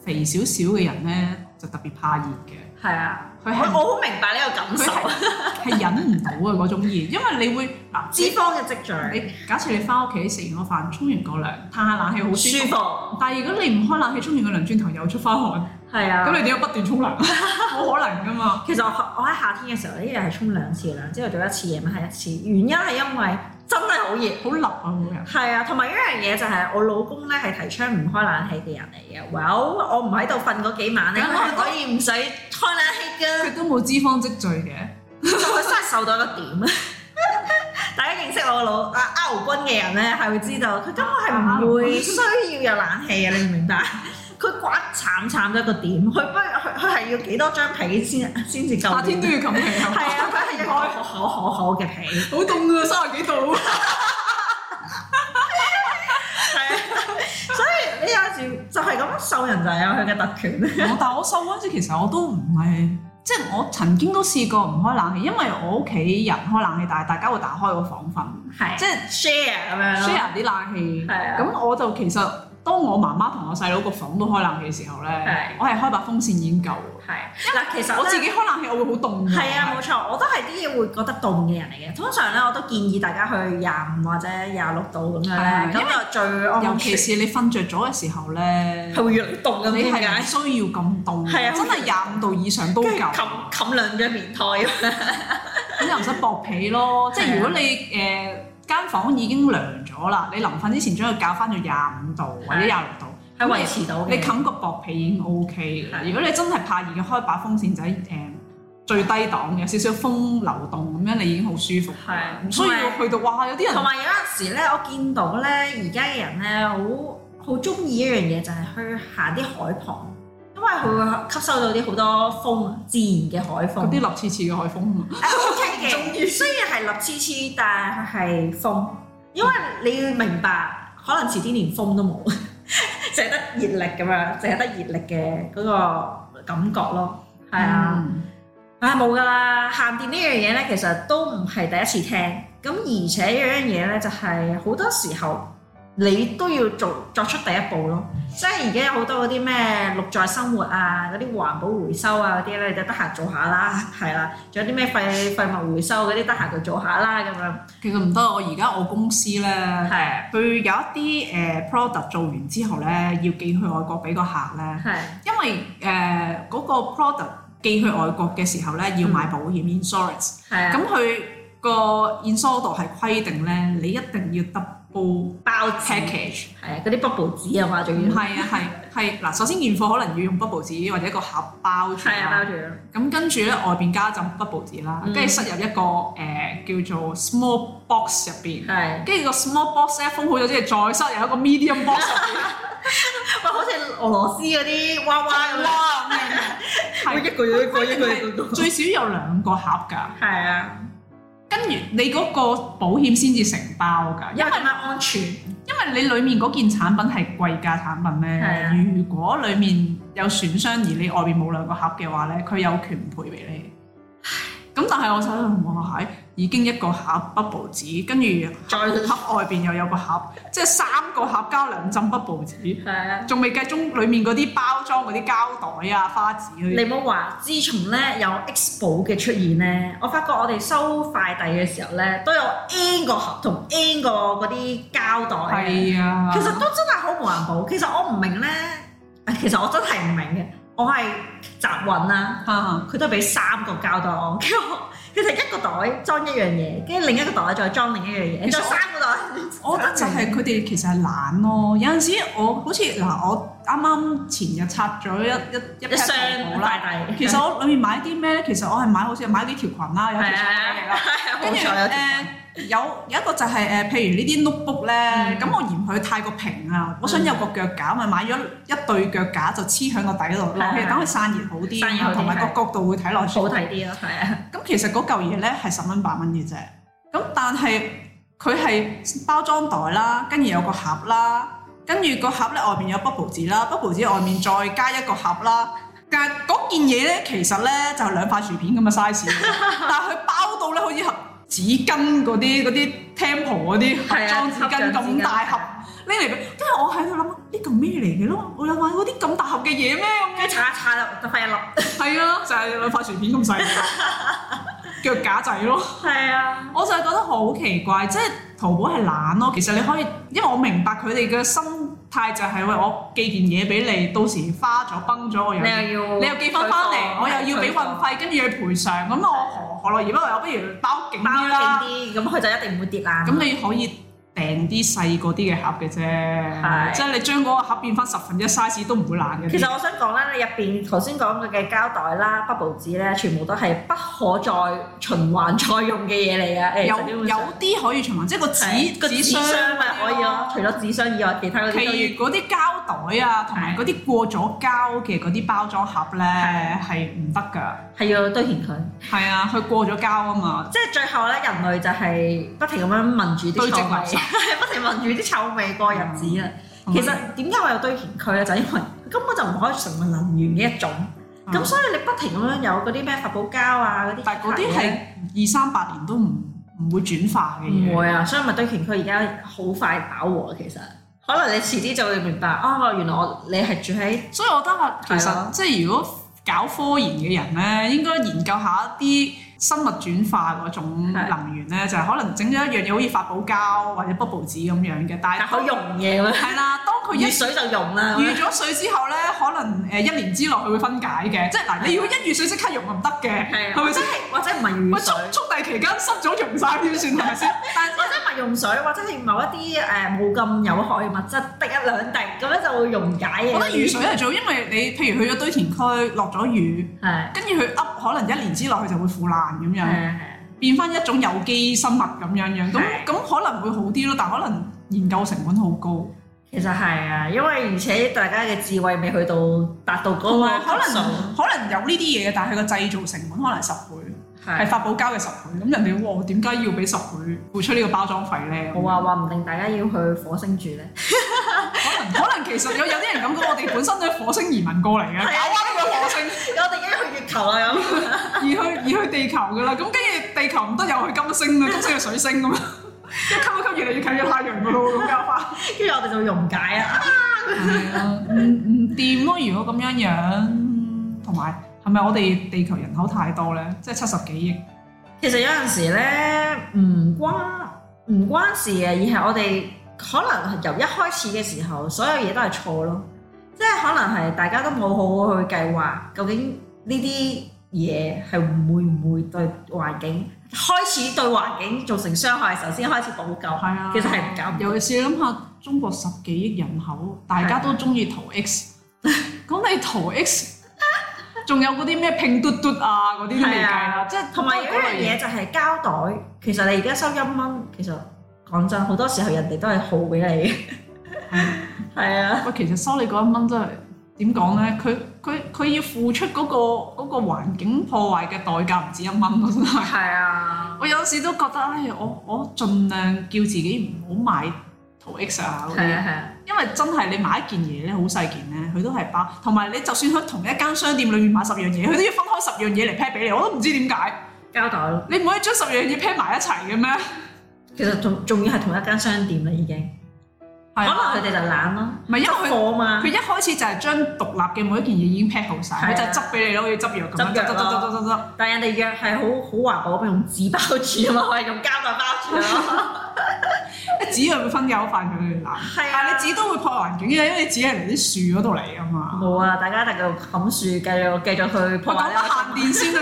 Speaker 3: 肥少少嘅人咧，就特別怕熱嘅，
Speaker 2: 係啊，
Speaker 3: 佢
Speaker 2: 我
Speaker 3: 係
Speaker 2: 我好明白呢個感受，
Speaker 3: 係忍唔到嘅嗰種熱，因為你會嗱，
Speaker 2: 脂肪嘅跡象，
Speaker 3: 你假設你翻屋企食完個飯，沖完個涼，嘆下冷氣好舒
Speaker 2: 舒
Speaker 3: 服。
Speaker 2: 服
Speaker 3: 但係如果你唔開冷氣，沖完個涼，轉頭又出翻汗，
Speaker 2: 係啊。
Speaker 3: 咁你點解不斷沖涼？ 冇可能噶嘛。
Speaker 2: 其實我我喺夏天嘅時候，一日係沖兩次涼，朝頭早一次，夜晚係一次。原因係因為真係好熱。
Speaker 3: 好立啊，個人
Speaker 2: 係啊，同埋一樣嘢就係我老公咧係提倡唔開冷氣嘅人嚟嘅。哇！我唔喺度瞓嗰幾晚咧，
Speaker 3: 梗係
Speaker 2: 我係可以唔使開冷氣㗎。
Speaker 3: 佢都冇脂肪積聚嘅，
Speaker 2: 佢真係瘦到一個點 啊！大家認識我老阿阿牛君嘅人咧，係會知道佢根本係唔會需要有冷氣嘅，你明唔明白？ 佢刮慘慘到一個點，佢不佢佢係要幾多張被先先至夠？
Speaker 3: 夏天都要冚被
Speaker 2: 係啊，佢係一個好厚好厚嘅被。
Speaker 3: 好凍啊，三十幾度。
Speaker 2: 係啊， 所以你有時就係咁瘦人就係有佢嘅特權。
Speaker 3: 我但係我瘦嗰陣時，其實我都唔係，即係我曾經都試過唔開冷氣，因為我屋企人開冷氣，但係大家會打開個房瞓，
Speaker 2: 係
Speaker 3: 即係
Speaker 2: share 咁樣咯。
Speaker 3: share 啲冷氣。
Speaker 2: 係啊
Speaker 3: 咁我就其實當我媽媽同我細佬個房都開冷氣嘅時候咧
Speaker 2: 係，
Speaker 3: 我係開把風扇已經夠喎。
Speaker 2: 係啊嗱，其實呢
Speaker 3: 我自己開冷氣，我會好凍㗎。
Speaker 2: 係啊，冇錯，我都係啲嘢會覺得凍嘅人嚟嘅。通常咧，我都建議大家去廿五或者廿六度咁樣
Speaker 3: 係
Speaker 2: 咧，咁就最
Speaker 3: 尤
Speaker 2: 安
Speaker 3: 其
Speaker 2: 全。
Speaker 3: 是你瞓着咗嘅時候咧，
Speaker 2: 啊係會越嚟越凍嘅，
Speaker 3: 你
Speaker 2: 點
Speaker 3: 係唔
Speaker 2: 解？
Speaker 3: 需要咁凍
Speaker 2: 係
Speaker 3: 嘅，
Speaker 2: 啊
Speaker 3: 真係廿五度以上都
Speaker 2: 跟住
Speaker 3: 夠。
Speaker 2: 冚冚兩張棉胎咁樣。
Speaker 3: 咁又唔使薄被
Speaker 2: 啊
Speaker 3: 咯，即係如果你誒間房已經涼咗啦，你臨瞓之前將佢校翻到廿五度或者廿六度，
Speaker 2: 係維持到嘅
Speaker 3: 你冚個薄被已經 O K 嘅啦。
Speaker 2: 係
Speaker 3: 如果你真係怕熱嘅，開把風扇仔誒最低檔嘅，少少風流動咁樣，你已經好舒服。
Speaker 2: 係
Speaker 3: 唔需要去到哇！有啲
Speaker 2: 同
Speaker 3: 人
Speaker 2: 埋有陣時咧，我見到咧，而家嘅人咧，好好中意一樣嘢，就係去行啲海旁，因為佢會吸收到啲好多風，自然嘅海
Speaker 3: 嗰啲
Speaker 2: 風。
Speaker 3: 立刺刺嘅海風啊嘛，
Speaker 2: 誒 OK 嘅，雖然係立黐黐，但係佢係風，因為你要明白，可能遲啲連風都冇， 淨係得熱力咁樣，淨係得熱力嘅嗰個感覺咯。係啊。
Speaker 3: 嗯。
Speaker 2: 啊冇噶啦，限電呢樣嘢咧，其實都唔係第一次聽。咁而且有樣嘢咧，就係、好多時候你都要做作出第一步咯。即係而家有好多嗰啲咩綠在生活啊，嗰啲環保回收啊嗰啲咧，你就得閒做下啦， 係啦。仲有啲咩廢廢物回收嗰啲，得閒就做下啦咁樣。
Speaker 3: 其實唔得，我而家我公司咧，
Speaker 2: 係啊
Speaker 3: 佢有一啲誒、呃 product 做完之後咧，要寄去外國俾個客咧，
Speaker 2: 係啊
Speaker 3: 因為呃誒嗰、個 product 寄去外國嘅時候咧，要買保險
Speaker 2: 嗯
Speaker 3: insurance，
Speaker 2: 係啊，咁
Speaker 3: 咁佢個 insurance 度係規定咧，你一定要 double
Speaker 2: 包紙
Speaker 3: package。
Speaker 2: 係啊，嗰啲 bubble 紙啊嘛，仲
Speaker 3: 唔
Speaker 2: 要
Speaker 3: 係啊，係係嗱，首先件貨可能要用 bubble 紙或者一個盒包住
Speaker 2: 係啊
Speaker 3: 啦，
Speaker 2: 包住。
Speaker 3: 咁跟住咧外邊加一浸 bubble 紙啦，
Speaker 2: 嗯
Speaker 3: 跟住塞入一個誒、呃叫做 small box 入邊。
Speaker 2: 係，
Speaker 3: 跟住個 small box 咧封好咗之後，再塞入一個 medium box 入
Speaker 2: 喂，好似俄羅斯嗰啲娃娃咁
Speaker 3: 邊。
Speaker 2: 樣，
Speaker 3: 哇！咩咩？
Speaker 2: 一個一個一個一個
Speaker 3: 係最少有兩個盒㗎，
Speaker 2: 係啊，
Speaker 3: 跟住你嗰個保險先至承包㗎，因
Speaker 2: 因為
Speaker 3: 為
Speaker 2: 咁樣安全。
Speaker 3: 因為你裡面嗰件產品係貴價產品
Speaker 2: 係啊
Speaker 3: 咧，如果裡面有損傷而你外邊冇兩個盒嘅話咧，佢有權賠俾你。咁但係我睇到哇係已經一個盒 bubble 紙，跟住
Speaker 2: 再
Speaker 3: 盒外邊又有個盒，即係三個盒加兩浸 bubble 紙。
Speaker 2: 係啊！
Speaker 3: 仲未計中裡面嗰啲包裝嗰啲膠袋啊、花紙嗰
Speaker 2: 你
Speaker 3: 啲，
Speaker 2: 唔好話，自從咧有 X 寶嘅出現咧，我發覺我哋收快遞嘅時候咧，都有 N 個盒同 N 個嗰啲膠袋嘅，
Speaker 3: 係啊，
Speaker 2: 其實都真係好唔環保。其實我唔明咧，其實我真係唔明嘅，我係集運啦，
Speaker 3: 啊
Speaker 2: 佢都俾三個膠袋我，跟住我其實一個袋裝一樣嘢，跟住另一個袋再裝另一樣嘢，
Speaker 3: 其實
Speaker 2: 再
Speaker 3: 我
Speaker 2: 三個袋。
Speaker 3: 我覺得就係佢哋其實係懶咯。有陣時我好似嗱，我啱啱前日拆咗一一一
Speaker 2: 一箱
Speaker 3: pack 淘寶啦。
Speaker 2: 快遞，
Speaker 3: 其實我裡面買啲咩咧？其實我係買好似買咗條裙啦，有條
Speaker 2: 係
Speaker 3: 裙
Speaker 2: 啊
Speaker 3: 嚟啦。，
Speaker 2: 跟
Speaker 3: 跟
Speaker 2: 住
Speaker 3: 住誒有有一個就係、誒，譬如呢啲 notebook 咧
Speaker 2: 嗯，
Speaker 3: 咁、我嫌佢太過平啊，我想有個腳架，咪買咗一對腳架就黐喺個底度落去，
Speaker 2: 係
Speaker 3: 等佢散熱好啲，啊
Speaker 2: 散熱好啲
Speaker 3: 同埋個角度會睇落去
Speaker 2: 好睇啲咯，係啊，
Speaker 3: 咁其實嗰嚿嘢咧係十蚊八蚊嘅啫，咁但係佢係包裝袋啦，跟住有個盒啦，跟住個盒咧外面有 bubble 紙啦，bubble 紙外面再加一個盒啦。但係嗰件嘢咧，其實咧就兩塊薯片咁嘅 size，嘅 但係佢包到咧好似盒紙巾嗰啲嗰啲 temple 嗰啲
Speaker 2: 係
Speaker 3: 盒
Speaker 2: 啊
Speaker 3: 裝紙巾
Speaker 2: 盒裝紙巾
Speaker 3: 咁大盒拎嚟俾，跟住我喺度諗呢個咩嚟嘅咯？我有買過啲咁大盒嘅嘢咩？咁樣
Speaker 2: 跟住擦一擦啦，得翻一粒。
Speaker 3: 係啊，就係兩塊薯片咁細 個，腳架仔咯。
Speaker 2: 係啊，
Speaker 3: 我就係覺得好奇怪，即係淘寶係懶咯。其實你可以，因為我明白佢哋嘅心態就係、喂，我寄件嘢俾你，到時花咗崩咗，我
Speaker 2: 你
Speaker 3: 又要
Speaker 2: 又要
Speaker 3: 你又寄翻翻嚟，我又要俾運費，跟住要賠償，咁我何何樂而不為？我不如包勁
Speaker 2: 包
Speaker 3: 啲啦。
Speaker 2: 勁啲，咁佢就一定唔會跌爛。
Speaker 3: 咁你可以訂啲細個啲嘅盒嘅啫，即係你將嗰個盒變翻十分一 size 都唔會爛嘅。
Speaker 2: 其實我想講咧，你入邊頭先講嘅嘅膠袋啦、bubble 紙咧，全部都係不可再循環再用嘅嘢嚟嘅。誒
Speaker 3: 有有啲可以循環，即係個紙
Speaker 2: 紙個紙
Speaker 3: 箱
Speaker 2: 箱咪可以咯，除咗紙箱以外，其他嗰啲都
Speaker 3: 譬
Speaker 2: 要
Speaker 3: 如嗰啲膠袋啊，同埋嗰啲過咗膠嘅嗰啲包裝盒咧，係唔得㗎。
Speaker 2: 係要堆填佢。
Speaker 3: 係啊，佢過咗膠啊嘛，
Speaker 2: 即係最後咧，人類就係不停咁樣聞住啲
Speaker 3: 堆
Speaker 2: 臭
Speaker 3: 積
Speaker 2: 味
Speaker 3: 垃，圾。
Speaker 2: 係不停聞住啲臭味過日子啊！其實點解我有堆填區咧？就係因為根本就唔可以成為能源嘅一種。
Speaker 3: 嗯
Speaker 2: 咁所以你不停咁樣有嗰啲咩發泡膠啊嗰啲，
Speaker 3: 但係嗰啲係二三百年都唔唔會轉化嘅
Speaker 2: 唔
Speaker 3: 嘢。
Speaker 2: 會啊，所以咪堆填區而家好快飽和其實。可能你遲啲就會明白，哦，原來我你係住喺
Speaker 3: 所以我覺得其
Speaker 2: 係啊
Speaker 3: 實即係如果搞科研嘅人咧，應該研究下一啲生物轉化嗰種
Speaker 2: 係
Speaker 3: 能源咧，就係可能整咗一樣嘢，好似發泡膠或者 bubble 紙咁樣嘅，但
Speaker 2: 但
Speaker 3: 係
Speaker 2: 可用嘢咁樣。
Speaker 3: 係啦，當佢一
Speaker 2: 遇水就用啦。
Speaker 3: 遇咗水之後咧，可能誒一年之內佢會分解嘅，即係嗱，你要一遇水即刻溶唔得嘅，
Speaker 2: 係啊，
Speaker 3: 係咪
Speaker 2: 或者
Speaker 3: 先？
Speaker 2: 係或者唔係
Speaker 3: 喂，
Speaker 2: 遇
Speaker 3: 速
Speaker 2: 水，
Speaker 3: 速遞期間濕咗溶晒點算係咪先？
Speaker 2: 但或者唔係用水，或者係某一啲誒冇咁有害嘅物質滴一兩滴咁樣就會溶解 嘅。
Speaker 3: 我覺得遇水係最好，因為你譬如去咗堆填區落咗雨，
Speaker 2: 係
Speaker 3: 跟住佢噏可能一年之內佢就會腐爛咁
Speaker 2: 係
Speaker 3: 樣，
Speaker 2: 係係
Speaker 3: 變翻一種有機生物咁樣樣，咁
Speaker 2: 係
Speaker 3: 咁可能會好啲咯，但可能研究成本好高，
Speaker 2: 其實係啊，因為而且大家嘅智慧未去到達到嗰
Speaker 3: 同
Speaker 2: 個
Speaker 3: 埋可
Speaker 2: 級數
Speaker 3: 能可能有呢啲嘢，但係佢個製造成本可能十倍。係
Speaker 2: 係
Speaker 3: 發泡膠嘅十倍，咁人哋哇點解要俾十倍付出呢個包裝費咧？
Speaker 2: 好啊，話唔定大家要去火星住咧。
Speaker 3: 可能可能其實有有啲人咁講，我哋本身都係火星移民過嚟 嘅，搞
Speaker 2: 係啊
Speaker 3: 翻呢個火星，
Speaker 2: 我哋已經去月球啦咁。
Speaker 3: 移去移去地球噶啦，咁跟住地球唔得又去金星 啦，金星去水星咁樣，一級一級越嚟越近嘅太陽噶咯，咁交翻。
Speaker 2: 跟住我哋就溶解啊！
Speaker 3: 係啊，唔唔掂咯，如果咁樣樣，同埋係咪我哋地球人口太多咧？即係七十幾億，
Speaker 2: 其實有陣時咧，唔關唔關事嘅，而係我哋可能由一開始嘅時候，所有嘢都係錯咯。即係可能係大家都冇好好去計劃，究竟呢啲嘢係會唔會對環境開始對環境造成傷害嘅時候，先開始補救。
Speaker 3: 係啊
Speaker 2: 其實係唔搞唔掂
Speaker 3: 尤其是你諗下中國十幾億人口，大家都中意淘 X，咁你淘 X，仲有嗰啲咩拼嘟嘟啊嗰啲都未計
Speaker 2: 係
Speaker 3: 啦，即係
Speaker 2: 同埋有一
Speaker 3: 嗰
Speaker 2: 樣
Speaker 3: 類
Speaker 2: 嘢就係膠袋，其實你而家收一蚊，其實講真，好多時候人哋都係好俾你嘅。
Speaker 3: 嗯
Speaker 2: 係啊，
Speaker 3: 喂，其實收你嗰一蚊真係點講咧？佢佢佢要付出嗰、個嗰、個環境破壞嘅代價唔止一蚊咯，真係。
Speaker 2: 係啊。
Speaker 3: 我有時都覺得，唉，我我盡量叫自己唔好買淘 X 啊嗰
Speaker 2: 係
Speaker 3: 啲
Speaker 2: 啊，係啊，
Speaker 3: 因為真係你買一件嘢咧，好細件咧，佢都係包。同埋你就算喺同一間商店裏面買十樣嘢，佢都要分開十樣嘢嚟 pair 俾你，我都唔知點解。
Speaker 2: 膠袋咯。
Speaker 3: 你唔可以將十樣嘢 pair 埋一齊嘅咩？
Speaker 2: 其實仲仲要係同一間商店啦，已經。可能佢
Speaker 3: 啊，
Speaker 2: 哋就懶咯，
Speaker 3: 唔係因為佢
Speaker 2: 貨嘛
Speaker 3: 佢。一開始就係將獨立嘅每一件嘢已經 pack 好晒，
Speaker 2: 係啊
Speaker 3: 佢就執俾你咯，好似執藥咁啊樣，
Speaker 2: 執
Speaker 3: 執
Speaker 2: 藥
Speaker 3: 執
Speaker 2: 咯
Speaker 3: 執執執執。
Speaker 2: 但係人哋約係好好環保，用紙包住啊 嘛，我係用膠袋包住啊咯。
Speaker 3: 一紙又會分解好快佢爛，
Speaker 2: 係啊
Speaker 3: 但係你紙都會破環境嘅，因為你紙係嚟啲樹嗰度嚟㗎嘛。
Speaker 2: 冇啊！大家繼續冚樹，繼續繼續去
Speaker 3: 我
Speaker 2: 破
Speaker 3: 講
Speaker 2: 壞啊
Speaker 3: 得限電先啦，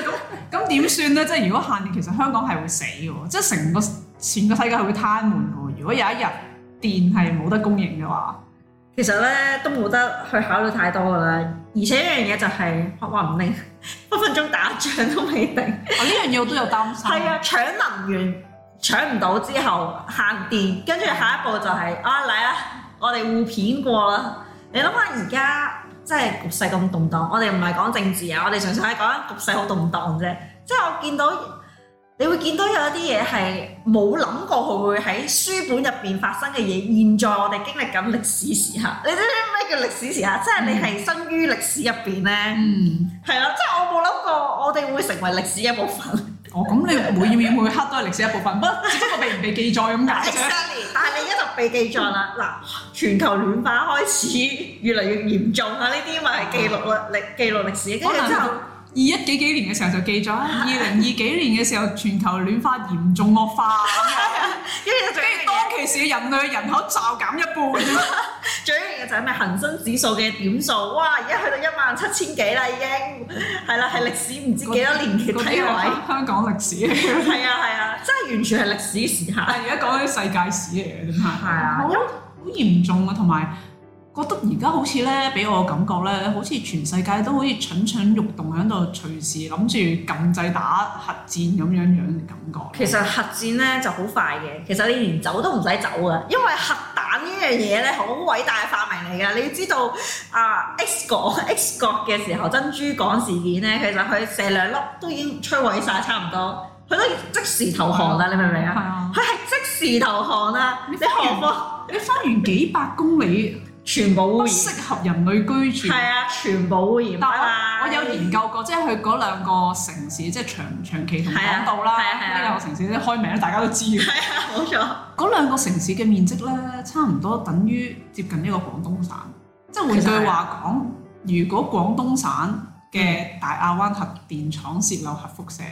Speaker 3: 咁咁點算咧？即係如果限電，其實香港係會死嘅喎，即係成個全個世界係會癱瘓嘅喎。如果有一日電係冇得供應嘅話，啊
Speaker 2: 其實咧都冇得去考慮太多噶啦，而且一樣嘢就係話唔定分分鐘打仗都未定。
Speaker 3: 我呢樣嘢我都有擔心。
Speaker 2: 係啊，搶能源搶唔到之後限電，跟住下一步就係、啊嚟啦，我哋互片過啦。你諗下而家即係局勢咁動盪，我哋唔係講政治啊，我哋純粹係講緊局勢好動盪啫。即係我見到你會見到有一啲嘢係冇諗過佢會喺書本入邊發生嘅嘢，現在我哋經歷緊歷史時刻。你知唔知咩叫歷史時刻？即係你係生於歷史入邊咧，
Speaker 3: 嗯，
Speaker 2: 係啦、即係我冇諗過我哋會成為歷史嘅一部分。
Speaker 3: 哦，咁你每秒每刻都係歷史一部分，不只不過 被唔被記載咁 解啫。
Speaker 2: Exactly，但係你一就被記載啦。嗱，全球暖化開始越嚟越嚴重啊！呢啲咪係記錄啦，歷記錄歷史。跟
Speaker 3: 可
Speaker 2: 住
Speaker 3: 能
Speaker 2: 之後，
Speaker 3: 二一幾幾年嘅時候就記咗，二零二幾年嘅時候全球暖化嚴重惡化，
Speaker 2: 跟住
Speaker 3: 跟
Speaker 2: 最
Speaker 3: 住當其時人類人口驟減一半。
Speaker 2: 最緊要嘅就係咩恒生指數嘅點數，哇！而家去到一萬七千幾啦，已經係啦，係歷史唔知幾多年嘅
Speaker 3: 嗰
Speaker 2: 低
Speaker 3: 啲
Speaker 2: 位。
Speaker 3: 係香港歷史嚟嘅。
Speaker 2: 係啊係啊，真係完全係歷史時刻。
Speaker 3: 但係而家講緊世界史嚟嘅，真係
Speaker 2: 係啊
Speaker 3: 好好嚴重啊，同埋覺得而家好似咧，俾我嘅感覺咧，好似全世界都好似蠢蠢欲動喺度，隨時諗住撳掣打核戰咁樣樣嘅感覺。
Speaker 2: 其實核戰咧就好快嘅，其實你連走都唔使走噶，因為核彈呢樣嘢咧好偉大嘅發明嚟㗎。你要知道啊，X 國 X 國嘅時候珍珠港事件咧，其實佢射兩粒都已經摧毀晒差唔多，佢都即時投降啦，你明唔明
Speaker 3: 係
Speaker 2: 啊？
Speaker 3: 啊，
Speaker 2: 佢係即時投降啦，你
Speaker 3: 你
Speaker 2: 何況
Speaker 3: 你翻完幾百公里，
Speaker 2: 全部污
Speaker 3: 不
Speaker 2: 染，
Speaker 3: 適合人類居住。
Speaker 2: 係啊，全部污染。啊
Speaker 3: 但
Speaker 2: 拜拜
Speaker 3: 我我有研究過，即係去嗰兩個城市，即係長長期同港島啦，
Speaker 2: 係啊係啊係啊
Speaker 3: 呢兩個城市咧開名大家都知嘅。
Speaker 2: 係啊，冇錯。
Speaker 3: 嗰兩個城市嘅面積咧，差唔多等於接近一個廣東省。即係換
Speaker 2: 其實係
Speaker 3: 句話講，如果廣東省
Speaker 2: 嗯
Speaker 3: 嘅大亞灣核電廠泄漏核輻射，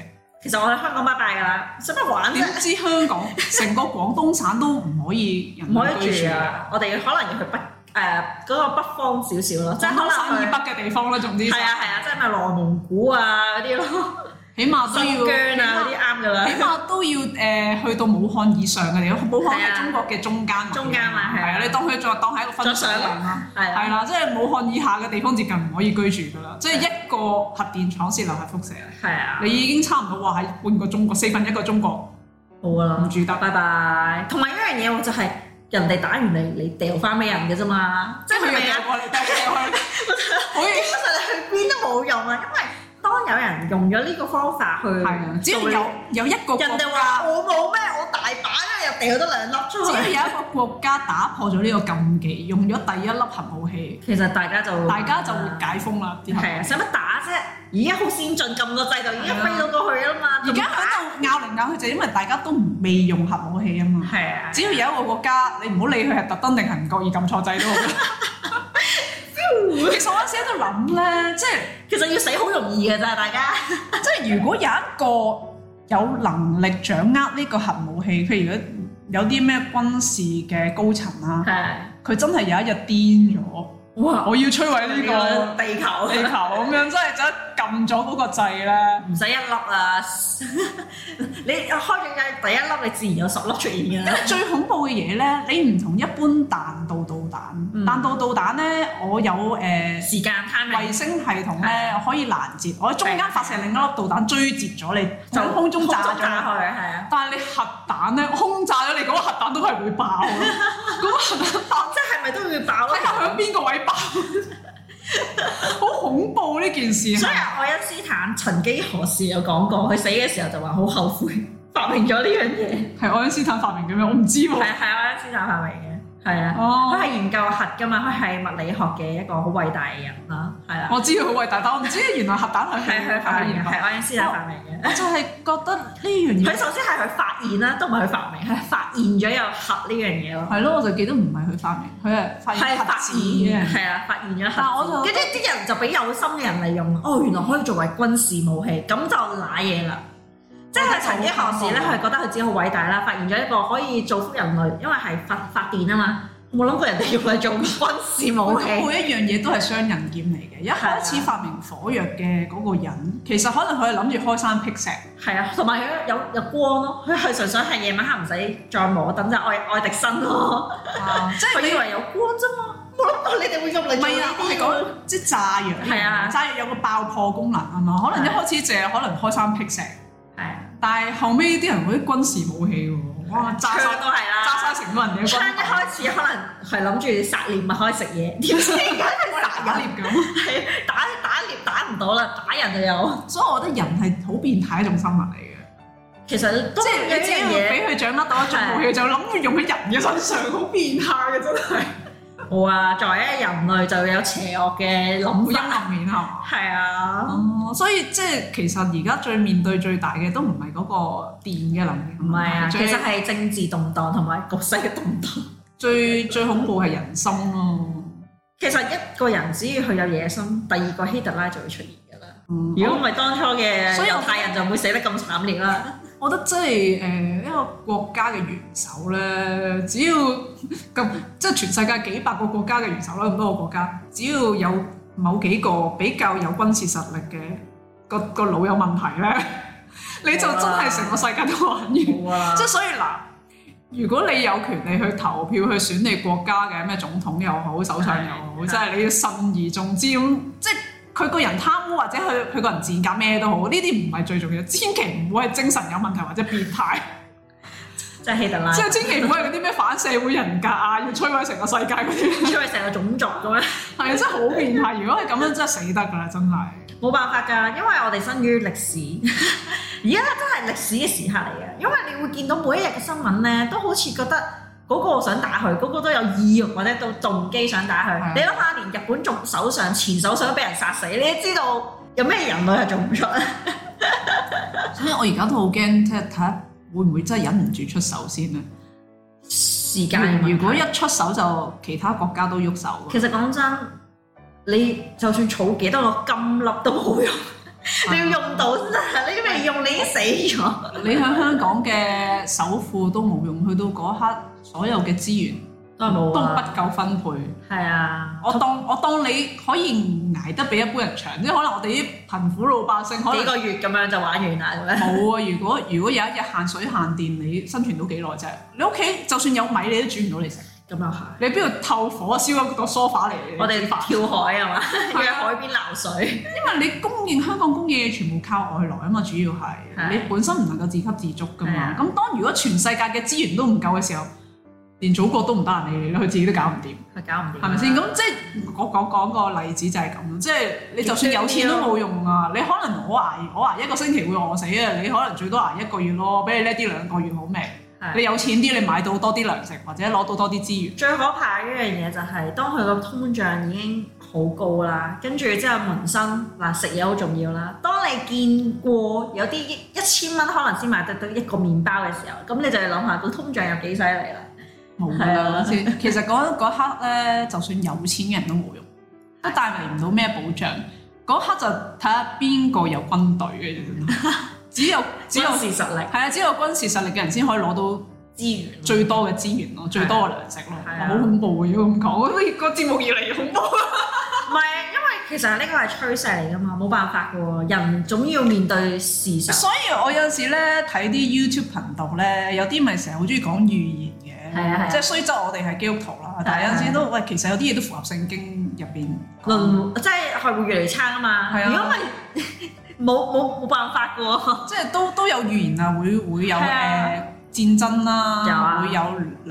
Speaker 2: 其實我喺香港拜拜㗎啦，使乜玩啫
Speaker 3: 點？知香港成個廣東省都唔可以人
Speaker 2: 唔可
Speaker 3: 類
Speaker 2: 以
Speaker 3: 居
Speaker 2: 住
Speaker 3: 住
Speaker 2: 啊！我哋可能要去北誒嗰個北方少少咯，即
Speaker 3: 即
Speaker 2: 係
Speaker 3: 係
Speaker 2: 可能
Speaker 3: 東山以
Speaker 2: 佢
Speaker 3: 北嘅地方啦，總之
Speaker 2: 係啊係啊，即係咪內蒙古啊嗰啲咯，
Speaker 3: 起 碼都
Speaker 2: 新
Speaker 3: 要
Speaker 2: 疆啊嗰啲啱噶啦
Speaker 3: 起。碼都要誒、去到武漢以上嘅地方，武漢係
Speaker 2: 係啊
Speaker 3: 中國嘅中間位
Speaker 2: 中間位係啊
Speaker 3: 係啊，你當佢再當係一個分水嶺啦，
Speaker 2: 再上啦係啊
Speaker 3: 係啦，即係武漢以下嘅地方接近唔可以居住㗎啦，即係一個核電廠泄漏核輻射，
Speaker 2: 係啊，
Speaker 3: 你已經差唔多話係半個中國，四分一個中國
Speaker 2: 好噶
Speaker 3: 唔
Speaker 2: 啦，
Speaker 3: 住得，
Speaker 2: 拜拜。同埋一樣嘢，我就係人哋打完你，你掉翻俾人嘅啫嘛，即係咪啊
Speaker 3: 掉？過嚟掉過嚟，好嘢，
Speaker 2: 基本上你去邊都冇用啊，因為當有人用咗呢個方法去，
Speaker 3: 係啊，只要
Speaker 2: 做
Speaker 3: 有有一個國
Speaker 2: 人哋話
Speaker 3: 家。
Speaker 2: 我冇咩，我大把啦，又掉咗兩粒出
Speaker 3: 只要有
Speaker 2: 去。
Speaker 3: 一個國家打破咗呢個禁忌，用咗第一粒核武 器，
Speaker 2: 其實大家就
Speaker 3: 大家就會解封啦。啲核
Speaker 2: 哦係啊，使乜打啫？而家好先進，撳個掣就已經飛到過去啦嘛。
Speaker 3: 而家喺度拗嚟拗去就因為大家都未用核武器啊嘛。
Speaker 2: 係啊，
Speaker 3: 只要有一個國家，你唔好理佢係特登定係唔覺意撳錯掣都好。其實我有時喺度諗咧，即係
Speaker 2: 其實要死好容易嘅咋，大家。
Speaker 3: 即係如果有一個有能力掌握呢個核武器，譬如如果有啲咩軍事嘅高層啊，
Speaker 2: 係。
Speaker 3: 佢真係有一日癲咗，啊
Speaker 2: 哇！
Speaker 3: 我要摧毀呢
Speaker 2: 個
Speaker 3: 個
Speaker 2: 地球
Speaker 3: 地球咁樣，真係就撳咗嗰個掣咧。
Speaker 2: 唔使一粒啊！ 你開咗嘅第一粒，你自然有十粒出現㗎
Speaker 3: 因為
Speaker 2: 啦。
Speaker 3: 最恐怖嘅嘢咧，你唔同一般彈道導彈，
Speaker 2: 嗯
Speaker 3: 彈道導彈咧，我有誒。呃
Speaker 2: 時間 timing
Speaker 3: 衛星系統
Speaker 2: 係
Speaker 3: 咧可以攔截，我喺中間發射另一粒導彈追截咗你，就
Speaker 2: 就
Speaker 3: 空中炸
Speaker 2: 空中
Speaker 3: 咗。
Speaker 2: 去，係啊！
Speaker 3: 但係你核彈咧，空炸咗你嗰個核彈都係會爆咯，嗰個核彈爆
Speaker 2: 哦即係咪都要爆啊咯
Speaker 3: 睇？下響邊個位爆，好恐怖呢件事。
Speaker 2: 所以愛因斯坦曾幾何時有講過，佢死嘅時候就話好後悔發明咗呢樣嘢。
Speaker 3: 係愛因斯坦發明嘅咩？我唔知
Speaker 2: 係
Speaker 3: 喎。
Speaker 2: 啊係愛因斯坦發明嘅，係啊。佢
Speaker 3: 哦，
Speaker 2: 係研究核㗎嘛，佢係物理學嘅一個好偉大嘅人啦，係啦，
Speaker 3: 我知佢好偉大，但我唔知原來核彈係
Speaker 2: 係
Speaker 3: 佢
Speaker 2: 佢
Speaker 3: 發
Speaker 2: 發
Speaker 3: 明
Speaker 2: 明嘅，係
Speaker 3: 嘅。
Speaker 2: 愛因斯坦發明嘅。
Speaker 3: 我就係覺得呢樣
Speaker 2: 佢
Speaker 3: 嘢
Speaker 2: 首先係佢發現啦，都唔係佢發明，係發現咗有核呢樣嘢咯。
Speaker 3: 係咯，我就記得唔係佢發明，佢係發現
Speaker 2: 係
Speaker 3: 核
Speaker 2: 發
Speaker 3: 子
Speaker 2: 現
Speaker 3: 嘅。
Speaker 2: 係啊，發現咗核。
Speaker 3: 但我就
Speaker 2: 跟住啲人就俾有心嘅人利用，哦，原來可以作為軍事武器，咁就揦嘢啦。即係曾經何時咧，佢係覺得佢自己好偉大啦，發現咗一個可以造福人類，因為係發發電啊嘛。冇諗過人哋用嚟做軍事武
Speaker 3: 我覺得
Speaker 2: 器，
Speaker 3: 每一樣嘢都係雙刃劍嚟嘅。一開
Speaker 2: 啊
Speaker 3: 始發明火藥嘅嗰個人，其實可能佢係諗住開山劈石，
Speaker 2: 係啊，同埋佢有有光咯，佢係純粹係夜晚黑唔使再摸等就愛愛迪生咯。
Speaker 3: 即係
Speaker 2: 佢
Speaker 3: 你
Speaker 2: 啊以為有光啫嘛，冇諗到你哋會用嚟
Speaker 3: 唔
Speaker 2: 做
Speaker 3: 係啊？我係
Speaker 2: 呢
Speaker 3: 講即係炸藥呢樣嘢，
Speaker 2: 係啊
Speaker 3: 炸藥有個爆破功能啊嘛。可能一開始淨係可能開山劈石，
Speaker 2: 啲。係啊，
Speaker 3: 但係後尾啲人嗰啲軍事武器喎，哇！炸晒
Speaker 2: 槍都係啦。
Speaker 3: 炸晒成個人嘅軍
Speaker 2: 槍一啊開始可能係諗住殺獵咪可以食 嘢，點知而家係
Speaker 3: 打
Speaker 2: 殺人，
Speaker 3: 獵咁，
Speaker 2: 係打打獵打唔到啦，打人就有。
Speaker 3: 所以我覺得人係好變態一種生物嚟嘅，
Speaker 2: 其實都
Speaker 3: 即係
Speaker 2: 有
Speaker 3: 你
Speaker 2: 一
Speaker 3: 只
Speaker 2: 樣
Speaker 3: 要
Speaker 2: 嘢，
Speaker 3: 俾佢掌握到一種武器，就諗住用喺人嘅身上，好變態嘅真係，
Speaker 2: 冇啊！作為一人類就有邪惡嘅
Speaker 3: 好
Speaker 2: 諗
Speaker 3: 陰
Speaker 2: 法，
Speaker 3: 暗面啊係嘛？
Speaker 2: 係啊，
Speaker 3: 哦，所以即係其實而家最面對最大嘅都唔係嗰個電嘅能力，
Speaker 2: 唔係啊，其
Speaker 3: 最
Speaker 2: 實係政治動盪同埋局勢嘅動盪。
Speaker 3: 最最恐怖係人心咯。
Speaker 2: 其實一個人只要佢有野心，第二個希特拉就會出現㗎啦。
Speaker 3: 嗯
Speaker 2: 如果唔係當初嘅
Speaker 3: 所以我
Speaker 2: 猶太人就唔會死得咁慘 烈啦。
Speaker 3: 我覺得即係呃誒一個國家嘅元首咧，只要 咁即係全世界幾百個國家嘅元首啦，咁多個國家，只要有某幾個比較有軍事實力嘅個個腦有問題咧， 你就真係成個世界都玩完。
Speaker 2: 冇啊
Speaker 3: 即係所以嗱，如果你有權利去投票去選你國家嘅咩總統又好，首相又好，
Speaker 2: 係
Speaker 3: 即係你要信而重之咁，即係佢個人貪污或者佢佢個人賤格咩都好，呢啲唔係最重要，千祈唔好係精神有問題或者變態，
Speaker 2: 即係希特拉，
Speaker 3: 即係千祈唔好係嗰啲咩反社會人格啊，要摧毀成個世界嗰啲，
Speaker 2: 出去成個種族咁樣。
Speaker 3: 係啊，真係好變態。如果係咁樣，真係死得㗎啦，真係。
Speaker 2: 冇辦法㗎，因為我哋生於歷史， 而家真係歷史嘅時刻嚟嘅。因為你會見到每一日嘅新聞咧，都好似覺得嗰個想打佢，嗰、個都有意欲或者到動機想打
Speaker 3: 係啊
Speaker 2: 佢。你諗下，連日本仲首相前首相都俾人殺死，你都知道有咩人類係做唔出啊？
Speaker 3: 所以我而家都好驚，即係睇下會唔會真係忍唔住出手先咧。
Speaker 2: 時
Speaker 3: 如果一出手就其他國家都喐手㗎。
Speaker 2: 其實講真，你就算儲幾多個金粒都冇用， 你要用到真係，你未用你已經死咗。
Speaker 3: 你喺香港嘅首富都冇用，去到嗰刻所有嘅資源
Speaker 2: 都係冇
Speaker 3: 都不
Speaker 2: 啊，
Speaker 3: 夠分配。
Speaker 2: 係啊，
Speaker 3: 我當我當你可以捱得比一般人長，即係可能我哋啲貧苦老百姓可
Speaker 2: 幾
Speaker 3: 能
Speaker 2: 個月咁樣就玩完啦咁樣。
Speaker 3: 冇啊。如果如果有一日限水限電，你生存到幾耐啫？你屋企就算有米，你都煮唔到你食。
Speaker 2: 咁又係，
Speaker 3: 你邊度透火燒一個 sofa 嚟？
Speaker 2: 我
Speaker 3: 煮
Speaker 2: 哋
Speaker 3: 飯
Speaker 2: 跳海 啊嘛，去海邊流水。
Speaker 3: 因為你供應香港供應嘅全部靠外來啊嘛，主要係
Speaker 2: 係
Speaker 3: 你本身唔能夠自給自足噶
Speaker 2: 係
Speaker 3: 嘛
Speaker 2: 啊。
Speaker 3: 咁當如果全世界嘅資源都唔夠嘅時候，連祖國都唔得人理你，佢自己都搞唔掂，
Speaker 2: 係搞唔掂，啊
Speaker 3: 係咪先？？咁即係我講講個例子就係咁，即係你就算有錢都冇用啊！你可能我捱我捱一個星期會餓死啊，你可能最多捱一個月咯，俾你叻啲兩個月好命。
Speaker 2: 係
Speaker 3: 你有錢啲，你買到多啲糧食或者攞到多啲資源。
Speaker 2: 最可怕嘅一樣嘢就係，當佢個通脹已經好高啦，跟住之後民生嗱食嘢好重要啦。當你見過有啲一一千蚊可能先買得到一個麵包嘅時候，咁你就要諗下個通脹有幾犀利啦。
Speaker 3: 冇
Speaker 2: 係
Speaker 3: 啦，
Speaker 2: 啊
Speaker 3: 嗰陣時其實嗰嗰刻咧，就算有錢嘅人都冇用，都帶嚟唔到咩保障。嗰刻就睇下邊個有軍隊嘅 啫，只有只有
Speaker 2: 軍事實力
Speaker 3: 係啊，只有軍事實力嘅人先可以攞到
Speaker 2: 資源
Speaker 3: 最多嘅資源咯，最多嘅糧食咯，
Speaker 2: 係啊
Speaker 3: 好恐怖嘅要咁講，呢個節目越嚟越恐怖。
Speaker 2: 唔係，因為其實呢個係趨勢嚟㗎嘛，冇辦法㗎喎，人總要面對事實。
Speaker 3: 所以我有時咧睇啲 YouTube 頻道咧，有啲咪成日好中意講預言嘅，
Speaker 2: 係啊係啊
Speaker 3: 即係雖則我哋係基督徒啦，但係有陣時都喂，其實有啲嘢都符合聖經入邊
Speaker 2: 輪嗯即係係會越嚟越差啊嘛，
Speaker 3: 嗯係啊
Speaker 2: 如果咪冇冇冇辦法㗎喎。
Speaker 3: 即係都都有預言啊，會會有誒、
Speaker 2: 係啊
Speaker 3: 呃、戰爭啦，
Speaker 2: 有啊
Speaker 3: 會有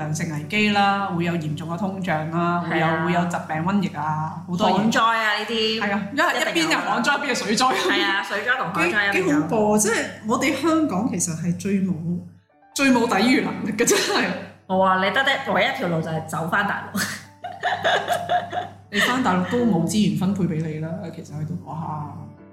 Speaker 3: 糧食危機啦，會有嚴重嘅通脹啦，會
Speaker 2: 係
Speaker 3: 有
Speaker 2: 啊
Speaker 3: 會有疾病瘟疫啊，好多
Speaker 2: 旱
Speaker 3: 嘢。
Speaker 2: 災啊呢啲，
Speaker 3: 係啊，因為
Speaker 2: 一定
Speaker 3: 一邊
Speaker 2: 有
Speaker 3: 有
Speaker 2: 啊
Speaker 3: 旱災，一邊有水災。
Speaker 2: 係啊，水災同海災
Speaker 3: 幾
Speaker 2: 一
Speaker 3: 幾
Speaker 2: 定有
Speaker 3: 恐。怖啊！即係我哋香港其實係最冇最冇抵禦能力嘅，真係。
Speaker 2: 我話你得得唯一一條路就係走翻大陸，
Speaker 3: 你翻大陸都冇資源分配俾你啦，其實去到嗰下。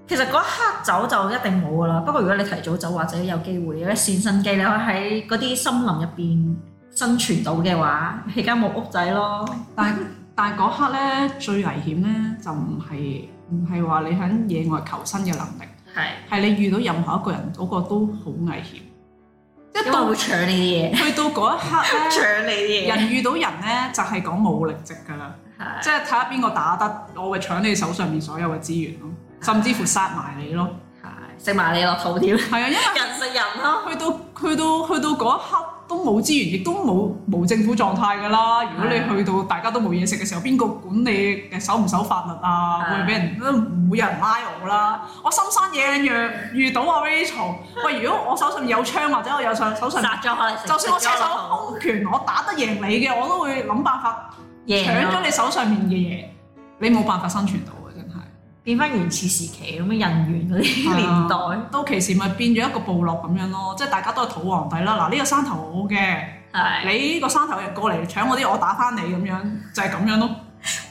Speaker 2: 其實嗰一刻走就一定冇噶啦。不過如果你提早走或者有機會有一線生機，你可以喺嗰啲森林入邊生存到嘅話，起間木屋仔咯。
Speaker 3: 但係但係嗰刻咧最危險咧就唔係唔係話你喺野外求生嘅能力。
Speaker 2: 係，
Speaker 3: 係你遇到任何一個人嗰個都好危險，即係
Speaker 2: 因為
Speaker 3: 到
Speaker 2: 會搶你啲
Speaker 3: 去到嗰一
Speaker 2: 嘢，
Speaker 3: 刻
Speaker 2: 搶你
Speaker 3: 咧，
Speaker 2: 啲嘢。
Speaker 3: 人遇到人咧就係講武力值㗎啦，
Speaker 2: 係
Speaker 3: 即係睇下邊個打得，我會搶你手上面所有嘅資源咯，甚至乎殺埋你咯。
Speaker 2: 係食埋你落肚添，
Speaker 3: 係啊，因為
Speaker 2: 人食人 咯。
Speaker 3: 去到去到去到嗰一刻都冇資源，亦都冇冇政府狀態㗎啦。如果你去到大家都冇嘢食嘅時候，邊個管理誒守唔守法律啊？
Speaker 2: 係
Speaker 3: 會俾人都唔會有人拉我啦。我深山野嶺遇遇到啊阿 Rachel，喂，如果我手上有槍或者我有上手上，
Speaker 2: 殺咗可能食，
Speaker 3: 就算我
Speaker 2: 食
Speaker 3: 赤
Speaker 2: 咗
Speaker 3: 手
Speaker 2: 落
Speaker 3: 空拳，我打得贏你嘅，我都會諗辦法
Speaker 2: 肚
Speaker 3: 搶
Speaker 2: 贏啊
Speaker 3: 咗
Speaker 2: 咗
Speaker 3: 你手上面嘅嘢，你冇辦法生存到嘅，真係。
Speaker 2: 變翻原始時期咁嘅人猿嗰啲年代
Speaker 3: 到其時咪變咗一個部落咁樣咯，即係大家都係土皇帝啦。嗱，呢個山頭我嘅。
Speaker 2: 係
Speaker 3: 你呢個山頭人過嚟搶我啲，我打翻你咁樣，就係、咁樣咯。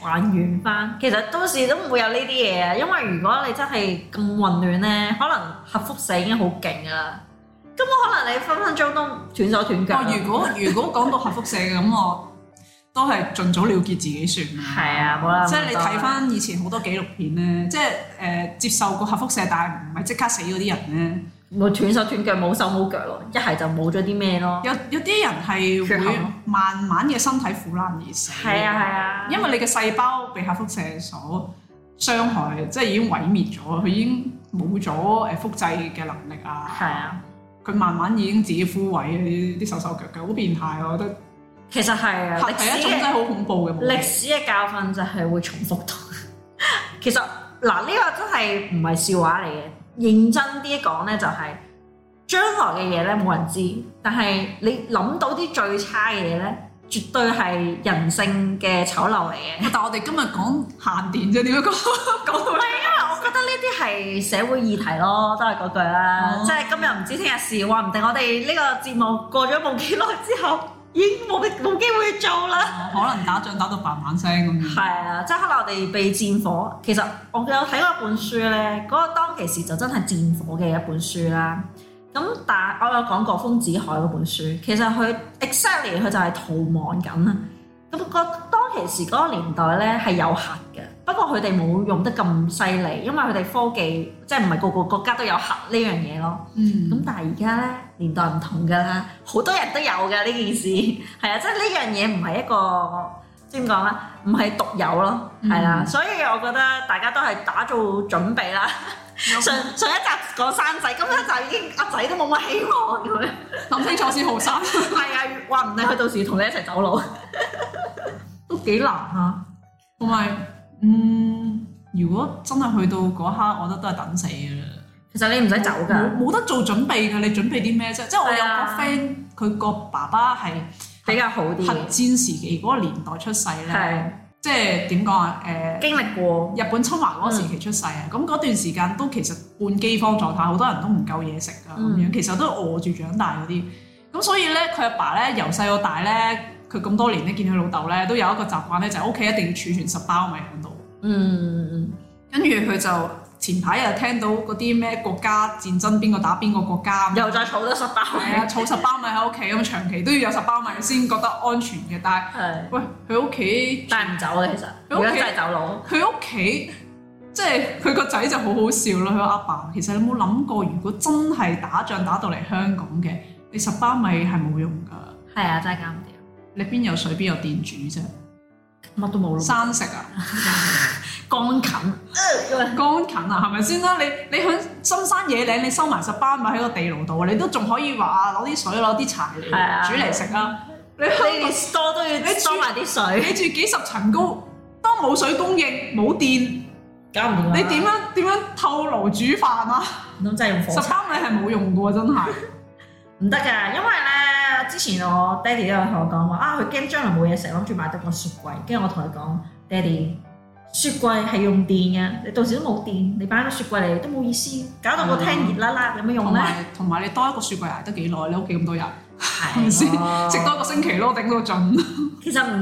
Speaker 2: 還原翻，其實都市都唔會有呢啲嘢啊，因為如果你真係咁混亂咧，可能核輻射已經好勁噶啦，咁我可能你分分鐘都斷手斷腳。
Speaker 3: 我哦如果如果講到核輻射嘅咁，我 都係盡早了結自己算啦。
Speaker 2: 係啊冇啦
Speaker 3: 即係
Speaker 2: 冇
Speaker 3: 你
Speaker 2: 多啦
Speaker 3: 睇翻以前好多紀錄片咧，即係誒、呃接受過核輻射，但係唔係即刻死嗰啲人
Speaker 2: 冇斷手斷腳，冇手冇腳咯，一係就冇咗啲咩咯。
Speaker 3: 咧，有有啲人係
Speaker 2: 缺
Speaker 3: 會
Speaker 2: 陷
Speaker 3: 慢慢嘅身體腐爛而死。
Speaker 2: 係啊係啊，
Speaker 3: 因為你嘅細胞被核輻射所傷害，即係已經毀滅咗，佢已經冇咗誒複製嘅能力啊。
Speaker 2: 係啊，
Speaker 3: 佢慢慢已經自己枯萎，啲啲手手腳腳好變態，我覺得
Speaker 2: 其實係啊，歷
Speaker 3: 係一
Speaker 2: 史
Speaker 3: 種真
Speaker 2: 嘅
Speaker 3: 係好恐怖嘅武
Speaker 2: 歷
Speaker 3: 力。
Speaker 2: 史嘅教訓就係會重複到。 其實嗱，呢、個真係唔係笑話嚟嘅，認真啲講咧就係、將來嘅嘢咧冇人知，但係你諗到啲最差嘅嘢咧，絕對係人性嘅醜陋嚟 嘅。
Speaker 3: 但我哋今日講限電啫，點 解講講到
Speaker 2: 唔係，因為我覺得呢啲係社會議題咯，都係嗰句啦。
Speaker 3: 哦
Speaker 2: 即係今日唔知聽日事，話唔定我哋呢個節目過咗冇幾耐之後，已經冇得冇機會做啦。
Speaker 3: 可能打仗打到嘭嘭聲咁樣？
Speaker 2: 係啊，即係可能我哋被戰火。其實我有睇過一本書咧，嗰、個當其時就真係戰火嘅一本書啦。咁但係我有講過豐子愷嗰本書，其實佢 exactly 佢就係逃亡緊啊。咁、個當其時嗰個年代咧係有核嘅，不過佢哋冇用得咁犀利，因為佢哋科技即係唔係個個國家都有核呢樣嘢咯。
Speaker 3: 嗯
Speaker 2: 咁但係而家咧年代唔同㗎啦，好多人都有㗎呢件事， 係啊，即係呢樣嘢唔係一個點講咧，唔係獨有咯，係啦，
Speaker 3: 嗯
Speaker 2: 所以我覺得大家都係打做準備啦。上上一集講生仔，今一集已經阿仔都冇乜希望咁樣，
Speaker 3: 諗清楚先好 生，
Speaker 2: 係啊，話唔定佢到時同你一齊走佬，
Speaker 3: 都幾難啊。同埋，嗯，如果真係去到嗰刻，我覺得都係等死嘅啦。
Speaker 2: 其實你唔使走㗎，
Speaker 3: 冇冇得做準備嘅，你準備啲咩啫？即係我有
Speaker 2: 係啊
Speaker 3: 個 friend，佢個爸爸係
Speaker 2: 比較好
Speaker 3: 核
Speaker 2: 啲，
Speaker 3: 戰時期嗰個年代出世咧，
Speaker 2: 係
Speaker 3: 即係點講啊？誒、
Speaker 2: 經歷過，
Speaker 3: 日本侵華嗰個時期出世
Speaker 2: 嗯
Speaker 3: 啊，咁嗰、段時間都其實半饑荒狀態，好多人都唔夠嘢食啊，咁
Speaker 2: 嗯
Speaker 3: 樣、其實都係餓住長大嗰啲。咁所以咧，佢阿爸咧由細到大咧，佢咁多年咧見佢老豆咧，都有一個習慣咧，就係屋企一定要儲存十包米喺度。
Speaker 2: 嗯，
Speaker 3: 跟住佢就前排又聽到嗰啲咩國家戰爭，邊個打邊個國家咁樣
Speaker 2: 又再儲多十包，
Speaker 3: 係啊，儲十包米喺屋企咁，長期都要有十包米先覺得安全嘅。但係
Speaker 2: 係，
Speaker 3: 喂，佢屋企
Speaker 2: 但係唔走嘅其實，如果真係走佬。
Speaker 3: 佢屋企即係佢個仔就好好笑啦。佢話阿爸其實你有冇諗過，如果真係打仗打到嚟香港嘅，你十包米係冇用㗎。
Speaker 2: 係啊，真係搞唔掂，
Speaker 3: 你邊有水邊有電煮啫？
Speaker 2: 乜都冇咯，
Speaker 3: 生食啊，
Speaker 2: 乾啃，呃
Speaker 3: 乾啃啊，係咪先 啦？你你響深山野嶺，你收埋十包米喺個地牢度，你都仲可以話啊攞啲水攞啲柴嚟
Speaker 2: 係啊
Speaker 3: 煮嚟食啊！你香
Speaker 2: 你
Speaker 3: 港
Speaker 2: 連多都要多埋啲
Speaker 3: 你
Speaker 2: 水，
Speaker 3: 住幾十層高，當冇水供應冇電，
Speaker 2: 搞唔掂
Speaker 3: 你點？樣點樣透爐煮飯啊？
Speaker 2: 咁真係用火
Speaker 3: 十包米係冇用㗎喎，真係。
Speaker 2: 唔得㗎，因為咧之前我爹哋都有同我講話啊，佢驚將來冇嘢食，諗住買得個雪櫃，跟住我同佢講，爹哋。雪櫃係用電嘅，你到時都冇電，你擺喺個雪櫃嚟都冇意思，搞到個廳熱 辣辣，有咩用
Speaker 3: 同
Speaker 2: 咧？
Speaker 3: 埋同埋你多一個雪櫃捱得幾耐？你屋企咁多人，
Speaker 2: 係
Speaker 3: 咪先
Speaker 2: 咯
Speaker 3: 食多一個星期咯，頂到盡。
Speaker 2: 其實唔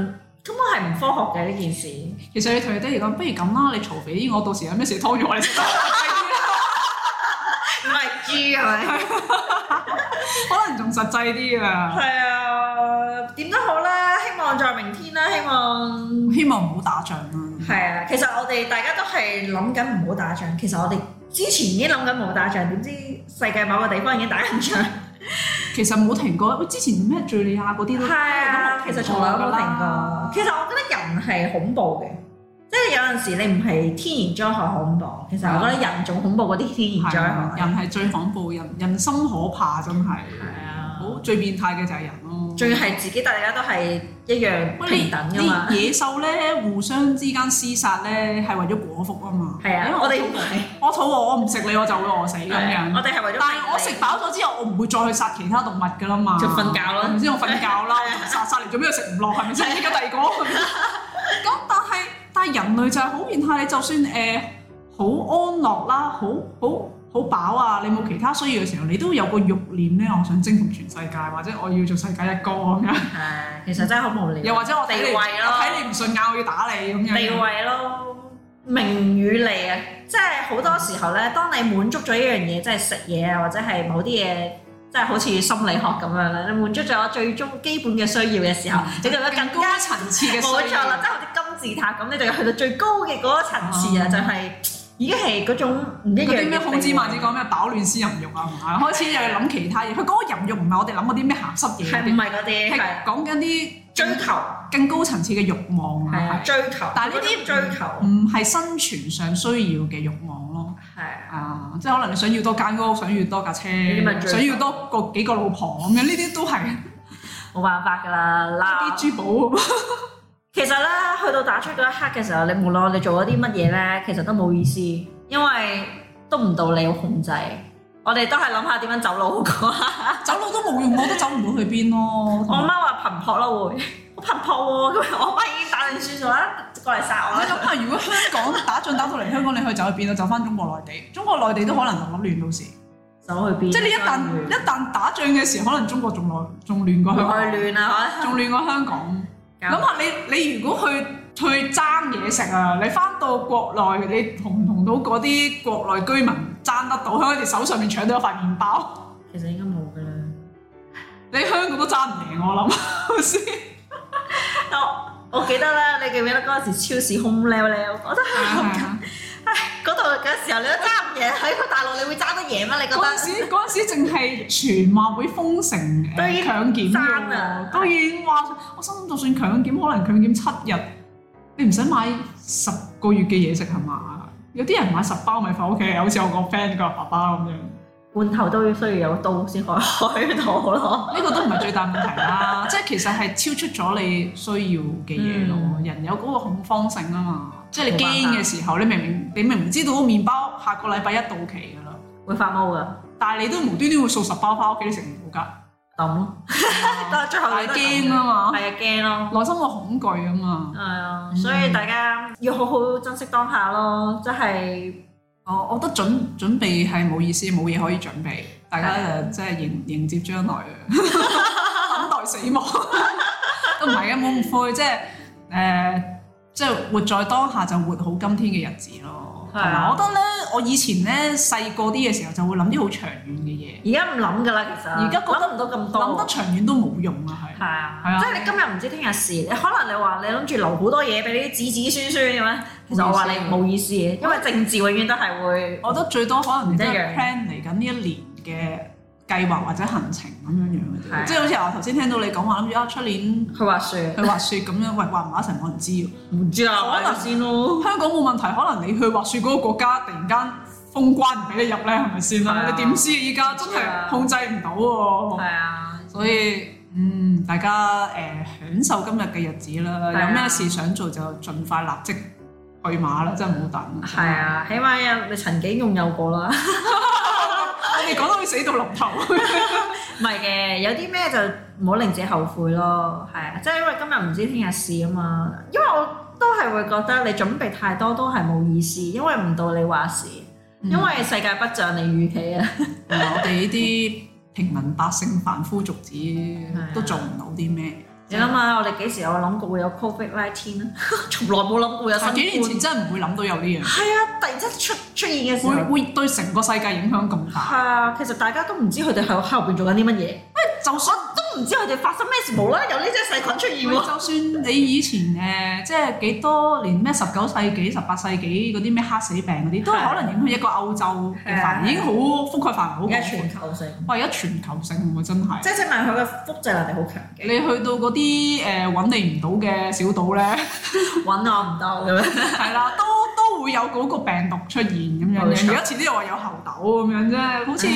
Speaker 2: 根本係唔科學嘅呢件事，
Speaker 3: 其實你同你爹哋講，不如咁啦，你嘈肥啲我，到時有咩事劏咗我你食。
Speaker 2: 唔係豬係咪？
Speaker 3: 可能仲實際啲啊！
Speaker 2: 係啊，點都好啦，希望在明天啦，希望
Speaker 3: 希望唔好打仗啦。
Speaker 2: 係啊。其實我哋大家都係諗緊唔好打仗，其實我哋之前已經諗緊冇打仗，點知世界某個地方已經打緊仗。
Speaker 3: 其實冇停過，喂之前咩敍利亞嗰啲都
Speaker 2: 係啊，其實從來都冇停過。
Speaker 3: 過。
Speaker 2: 其實我覺得人係恐怖嘅，即係有陣時你唔係天然災害恐怖，其實我覺得人仲恐怖過啲天然
Speaker 3: 係
Speaker 2: 災
Speaker 3: 啊
Speaker 2: 害。
Speaker 3: 人係最恐怖，人人心可怕，真係。
Speaker 2: 係啊，
Speaker 3: 好最變態嘅就係人咯。
Speaker 2: 仲要係自己大家都係一樣
Speaker 3: 喂
Speaker 2: 平
Speaker 3: 你
Speaker 2: 等噶嘛
Speaker 3: 啲。野獸咧，互相之間廝殺咧，係為咗果腹啊嘛。
Speaker 2: 係啊
Speaker 3: 因為，
Speaker 2: 我哋唔係
Speaker 3: 我肚餓，我唔食你，我就會餓死咁
Speaker 2: 係啊
Speaker 3: 樣。
Speaker 2: 我哋係為咗
Speaker 3: 但係我食飽咗之後，我唔會再去殺其他動物㗎啦嘛。
Speaker 2: 就瞓覺啦
Speaker 3: 唔知我瞓覺啦，我 仲殺殺嚟做咩？食唔落係咪先？而家第二個咁，但係但係人類就係好變態，你就算誒好安樂啦，好好好飽啊，你冇其他需要嘅時候，你都有個慾念咧，我想征服全世界，或者我要做世界一哥咁樣。
Speaker 2: 係，其實真係好無聊。
Speaker 3: 又或者我睇你
Speaker 2: 地位咯
Speaker 3: 我睇你唔順眼，我要打你咁樣。
Speaker 2: 地位咯，名與利啊，即係好多時候咧，當你滿足咗一樣嘢，即係食嘢啊，或者係某啲嘢，即係好似心理學咁樣啦，你滿足咗最終基本嘅需要嘅時候，你就會更
Speaker 3: 嗯高
Speaker 2: 加
Speaker 3: 層次嘅需
Speaker 2: 冇錯
Speaker 3: 要
Speaker 2: 啦，即係好似金字塔咁，你就要去到最高嘅嗰個層次啊，
Speaker 3: 哦
Speaker 2: 就係已經係嗰種唔一樣
Speaker 3: 嗰
Speaker 2: 嘅
Speaker 3: 啲咩孔子孟子講咩飽暖思淫欲啊，係嘛？開始又要諗其他嘢。佢講嘅淫欲唔係我哋諗嗰啲咩鹹濕嘢嗰
Speaker 2: 係唔
Speaker 3: 啲，
Speaker 2: 係嗰啲係
Speaker 3: 係講緊啲
Speaker 2: 追求
Speaker 3: 更高層次嘅慾望
Speaker 2: 係啊
Speaker 3: 啊，係
Speaker 2: 追求，
Speaker 3: 但係呢啲嗯
Speaker 2: 嗰種追求
Speaker 3: 唔係生存上需要嘅慾望咯。
Speaker 2: 係啊。
Speaker 3: 啊，即係可能你想要多間屋，想要多架車
Speaker 2: 啲咪，最
Speaker 3: 想要多個幾個老婆咁樣，呢啲都
Speaker 2: 啊
Speaker 3: 係
Speaker 2: 冇辦法㗎啦。嗱，
Speaker 3: 啲珠寶咁。
Speaker 2: 其實咧，去到打出嗰一刻嘅時候，你無論你做咗啲乜嘢咧，其實都冇意思，因為都唔到你要控制。我哋都係諗下點樣走 路好過。
Speaker 3: 走路都冇用，我都走唔到去邊咯。
Speaker 2: 我媽話頻撲咯會，我頻撲喎，咁我媽已經打定輸數啦，過嚟殺我
Speaker 3: 你
Speaker 2: 啦。
Speaker 3: 諗下，如果香港打仗打到嚟香港，你可以走去邊啊？走翻中國內地，中國內地都可能諗亂到時。
Speaker 2: 走去邊？
Speaker 3: 即係你一
Speaker 2: 嗯
Speaker 3: 旦一旦打仗嘅時候，可能中國仲內仲亂過香
Speaker 2: 唔
Speaker 3: 港，
Speaker 2: 去亂啊！
Speaker 3: 仲亂過香港。
Speaker 2: 可
Speaker 3: 諗
Speaker 2: 能
Speaker 3: 下你你如果去去爭嘢食啊，你翻到國內，你同唔同到嗰啲國內居民爭得到？喺佢哋手上面搶到一塊麵包，
Speaker 2: 其實應該冇㗎啦。
Speaker 3: 你香港都爭唔贏我諗，係咪先
Speaker 2: 我我記得啦，你記唔記得嗰陣時超市空溜溜？我都啊係
Speaker 3: 啊
Speaker 2: 諗緊，唉，嗰度嘅時候你都揸唔贏，喺個大陸你會揸得贏咩？你覺
Speaker 3: 嗰陣
Speaker 2: 得？
Speaker 3: 時嗰陣時淨係傳話會封城
Speaker 2: 都已
Speaker 3: 誒
Speaker 2: 經
Speaker 3: 強檢㗎
Speaker 2: 爭啦
Speaker 3: 喎，當然哇！我心諗就算強檢，可能強檢七日，你唔使買十個月嘅嘢食係嘛？有啲人買十包米飯屋企，好似我個 friend 個爸爸咁樣，呢
Speaker 2: 罐頭都要需要有刀先可以開到 咯。
Speaker 3: 個都唔係最大問題啦。即係其實係超出咗你需要嘅嘢咯。人有嗰個恐慌性啊嘛，即係你驚嘅時候，你明明你明明知道個麵包下個禮拜一到期㗎啦，
Speaker 2: 會發毛噶，
Speaker 3: 但係你都無端端會掃十包翻屋企，你食唔到㗎。
Speaker 2: 抌咯。但係最後
Speaker 3: 但係
Speaker 2: 你都係
Speaker 3: 驚啊嘛，
Speaker 2: 係啊，驚咯。
Speaker 3: 內心個恐懼啊嘛，
Speaker 2: 係啊，所以大家要好好珍惜當下咯，即係
Speaker 3: 哦我我覺得準準備係冇意思，冇嘢可以準備，大家呃就即係迎迎接將來啊， 等待死亡都唔係啊，冇咁灰，即係誒、呃即係活在當下就活好今天嘅日子咯。同
Speaker 2: 係啊
Speaker 3: 埋我覺得咧，我以前咧細個啲嘅時候就會諗啲好長遠嘅嘢，
Speaker 2: 而家唔諗噶啦，其實
Speaker 3: 而家覺得
Speaker 2: 諗唔到咁多。
Speaker 3: 諗得長遠都冇用啊，係
Speaker 2: 係。啊，
Speaker 3: 係啊
Speaker 2: 即係你今日唔知聽日事，你可能你話你諗住留好多嘢俾你啲子子孫孫咁樣，其實我話你冇意思嘅，因為政治永遠都係會
Speaker 3: 我覺得最多可能你真
Speaker 2: 唔一
Speaker 3: 係
Speaker 2: 樣
Speaker 3: plan 嚟緊呢一年嘅計劃或者行程咁樣樣嘅
Speaker 2: 係
Speaker 3: 啫，即係好似我頭先聽到你講話諗住啊出年
Speaker 2: 去滑雪，
Speaker 3: 去滑雪咁樣，喂滑唔滑成我唔知喎。
Speaker 2: 唔知啊
Speaker 3: 可能
Speaker 2: 先咯。
Speaker 3: 香港冇問題，可能你去滑雪嗰個國家突然間封關唔俾你入咧，係咪先
Speaker 2: 係啊
Speaker 3: 啦？你點知依家真係控制唔到
Speaker 2: 係
Speaker 3: 喎，
Speaker 2: 啊，
Speaker 3: 所以。嗯，大家誒、享受今日嘅日子啦，
Speaker 2: 係啊
Speaker 3: 有咩事想做就盡快立即去馬啦，真係唔好等。
Speaker 2: 係，啊，起碼有你曾經擁有過啦。
Speaker 3: 我哋講到好似死到臨頭。
Speaker 2: 唔係嘅，有啲咩就唔好令自己後悔咯。係啊，即係因為今日唔知聽日事啊嘛。因為我都係會覺得你準備太多都係冇意思，因為唔到你話事，
Speaker 3: 嗯
Speaker 2: 因為世界不像你預期啊。
Speaker 3: 同埋我哋呢啲平民百姓、凡夫俗子
Speaker 2: 啊
Speaker 3: 都做唔到啲咩。
Speaker 2: 你諗下，我哋幾時有諗過會有 Covid nineteen 啊？ 從來冇諗過會有新
Speaker 3: 十啊
Speaker 2: 冠。
Speaker 3: 幾年前真係唔會諗到有呢樣嘢，
Speaker 2: 係啊，突然之間出出現嘅時候，
Speaker 3: 會
Speaker 2: 係
Speaker 3: 會對成個世界影響咁大。
Speaker 2: 啊，其實大家都唔知佢哋喺後邊做緊啲乜嘢，
Speaker 3: 就算
Speaker 2: 都唔知佢哋發生咩事，無啦啦
Speaker 3: 嗯
Speaker 2: 有呢隻細菌出現喎。
Speaker 3: 就算你以前誒、呃即係幾多年咩十九世紀、十八世紀嗰啲咩黑死病嗰啲，都
Speaker 2: 係
Speaker 3: 係可能影響一個歐洲嘅
Speaker 2: 係啊
Speaker 3: 範，已經好覆蓋範圍好
Speaker 2: 而
Speaker 3: 廣
Speaker 2: 家
Speaker 3: 闊。
Speaker 2: 全球性，
Speaker 3: 哇！而家全球性喎，真係
Speaker 2: 即。係證明佢嘅複製能力好強
Speaker 3: 你 去到嗰啲誒揾你唔到嘅小島咧，
Speaker 2: 嘅，揾
Speaker 3: 啊
Speaker 2: 我唔到咁樣。
Speaker 3: 係啦，都都會有嗰個病毒出現咁樣
Speaker 2: 冇錯
Speaker 3: 樣。而家遲啲又話有猴痘咁樣啫，好似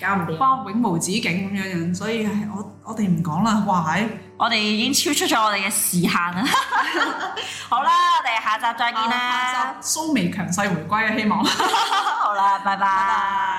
Speaker 2: 搞唔掂。
Speaker 3: 哇永無止境咁樣樣，所以係我我哋唔講啦。哇係，
Speaker 2: 我哋已經超出咗我哋嘅時限 啦。好啦，我哋下集再見
Speaker 3: 啊下集蘇眉強勢回歸啊，希望。
Speaker 2: 好啦，拜拜。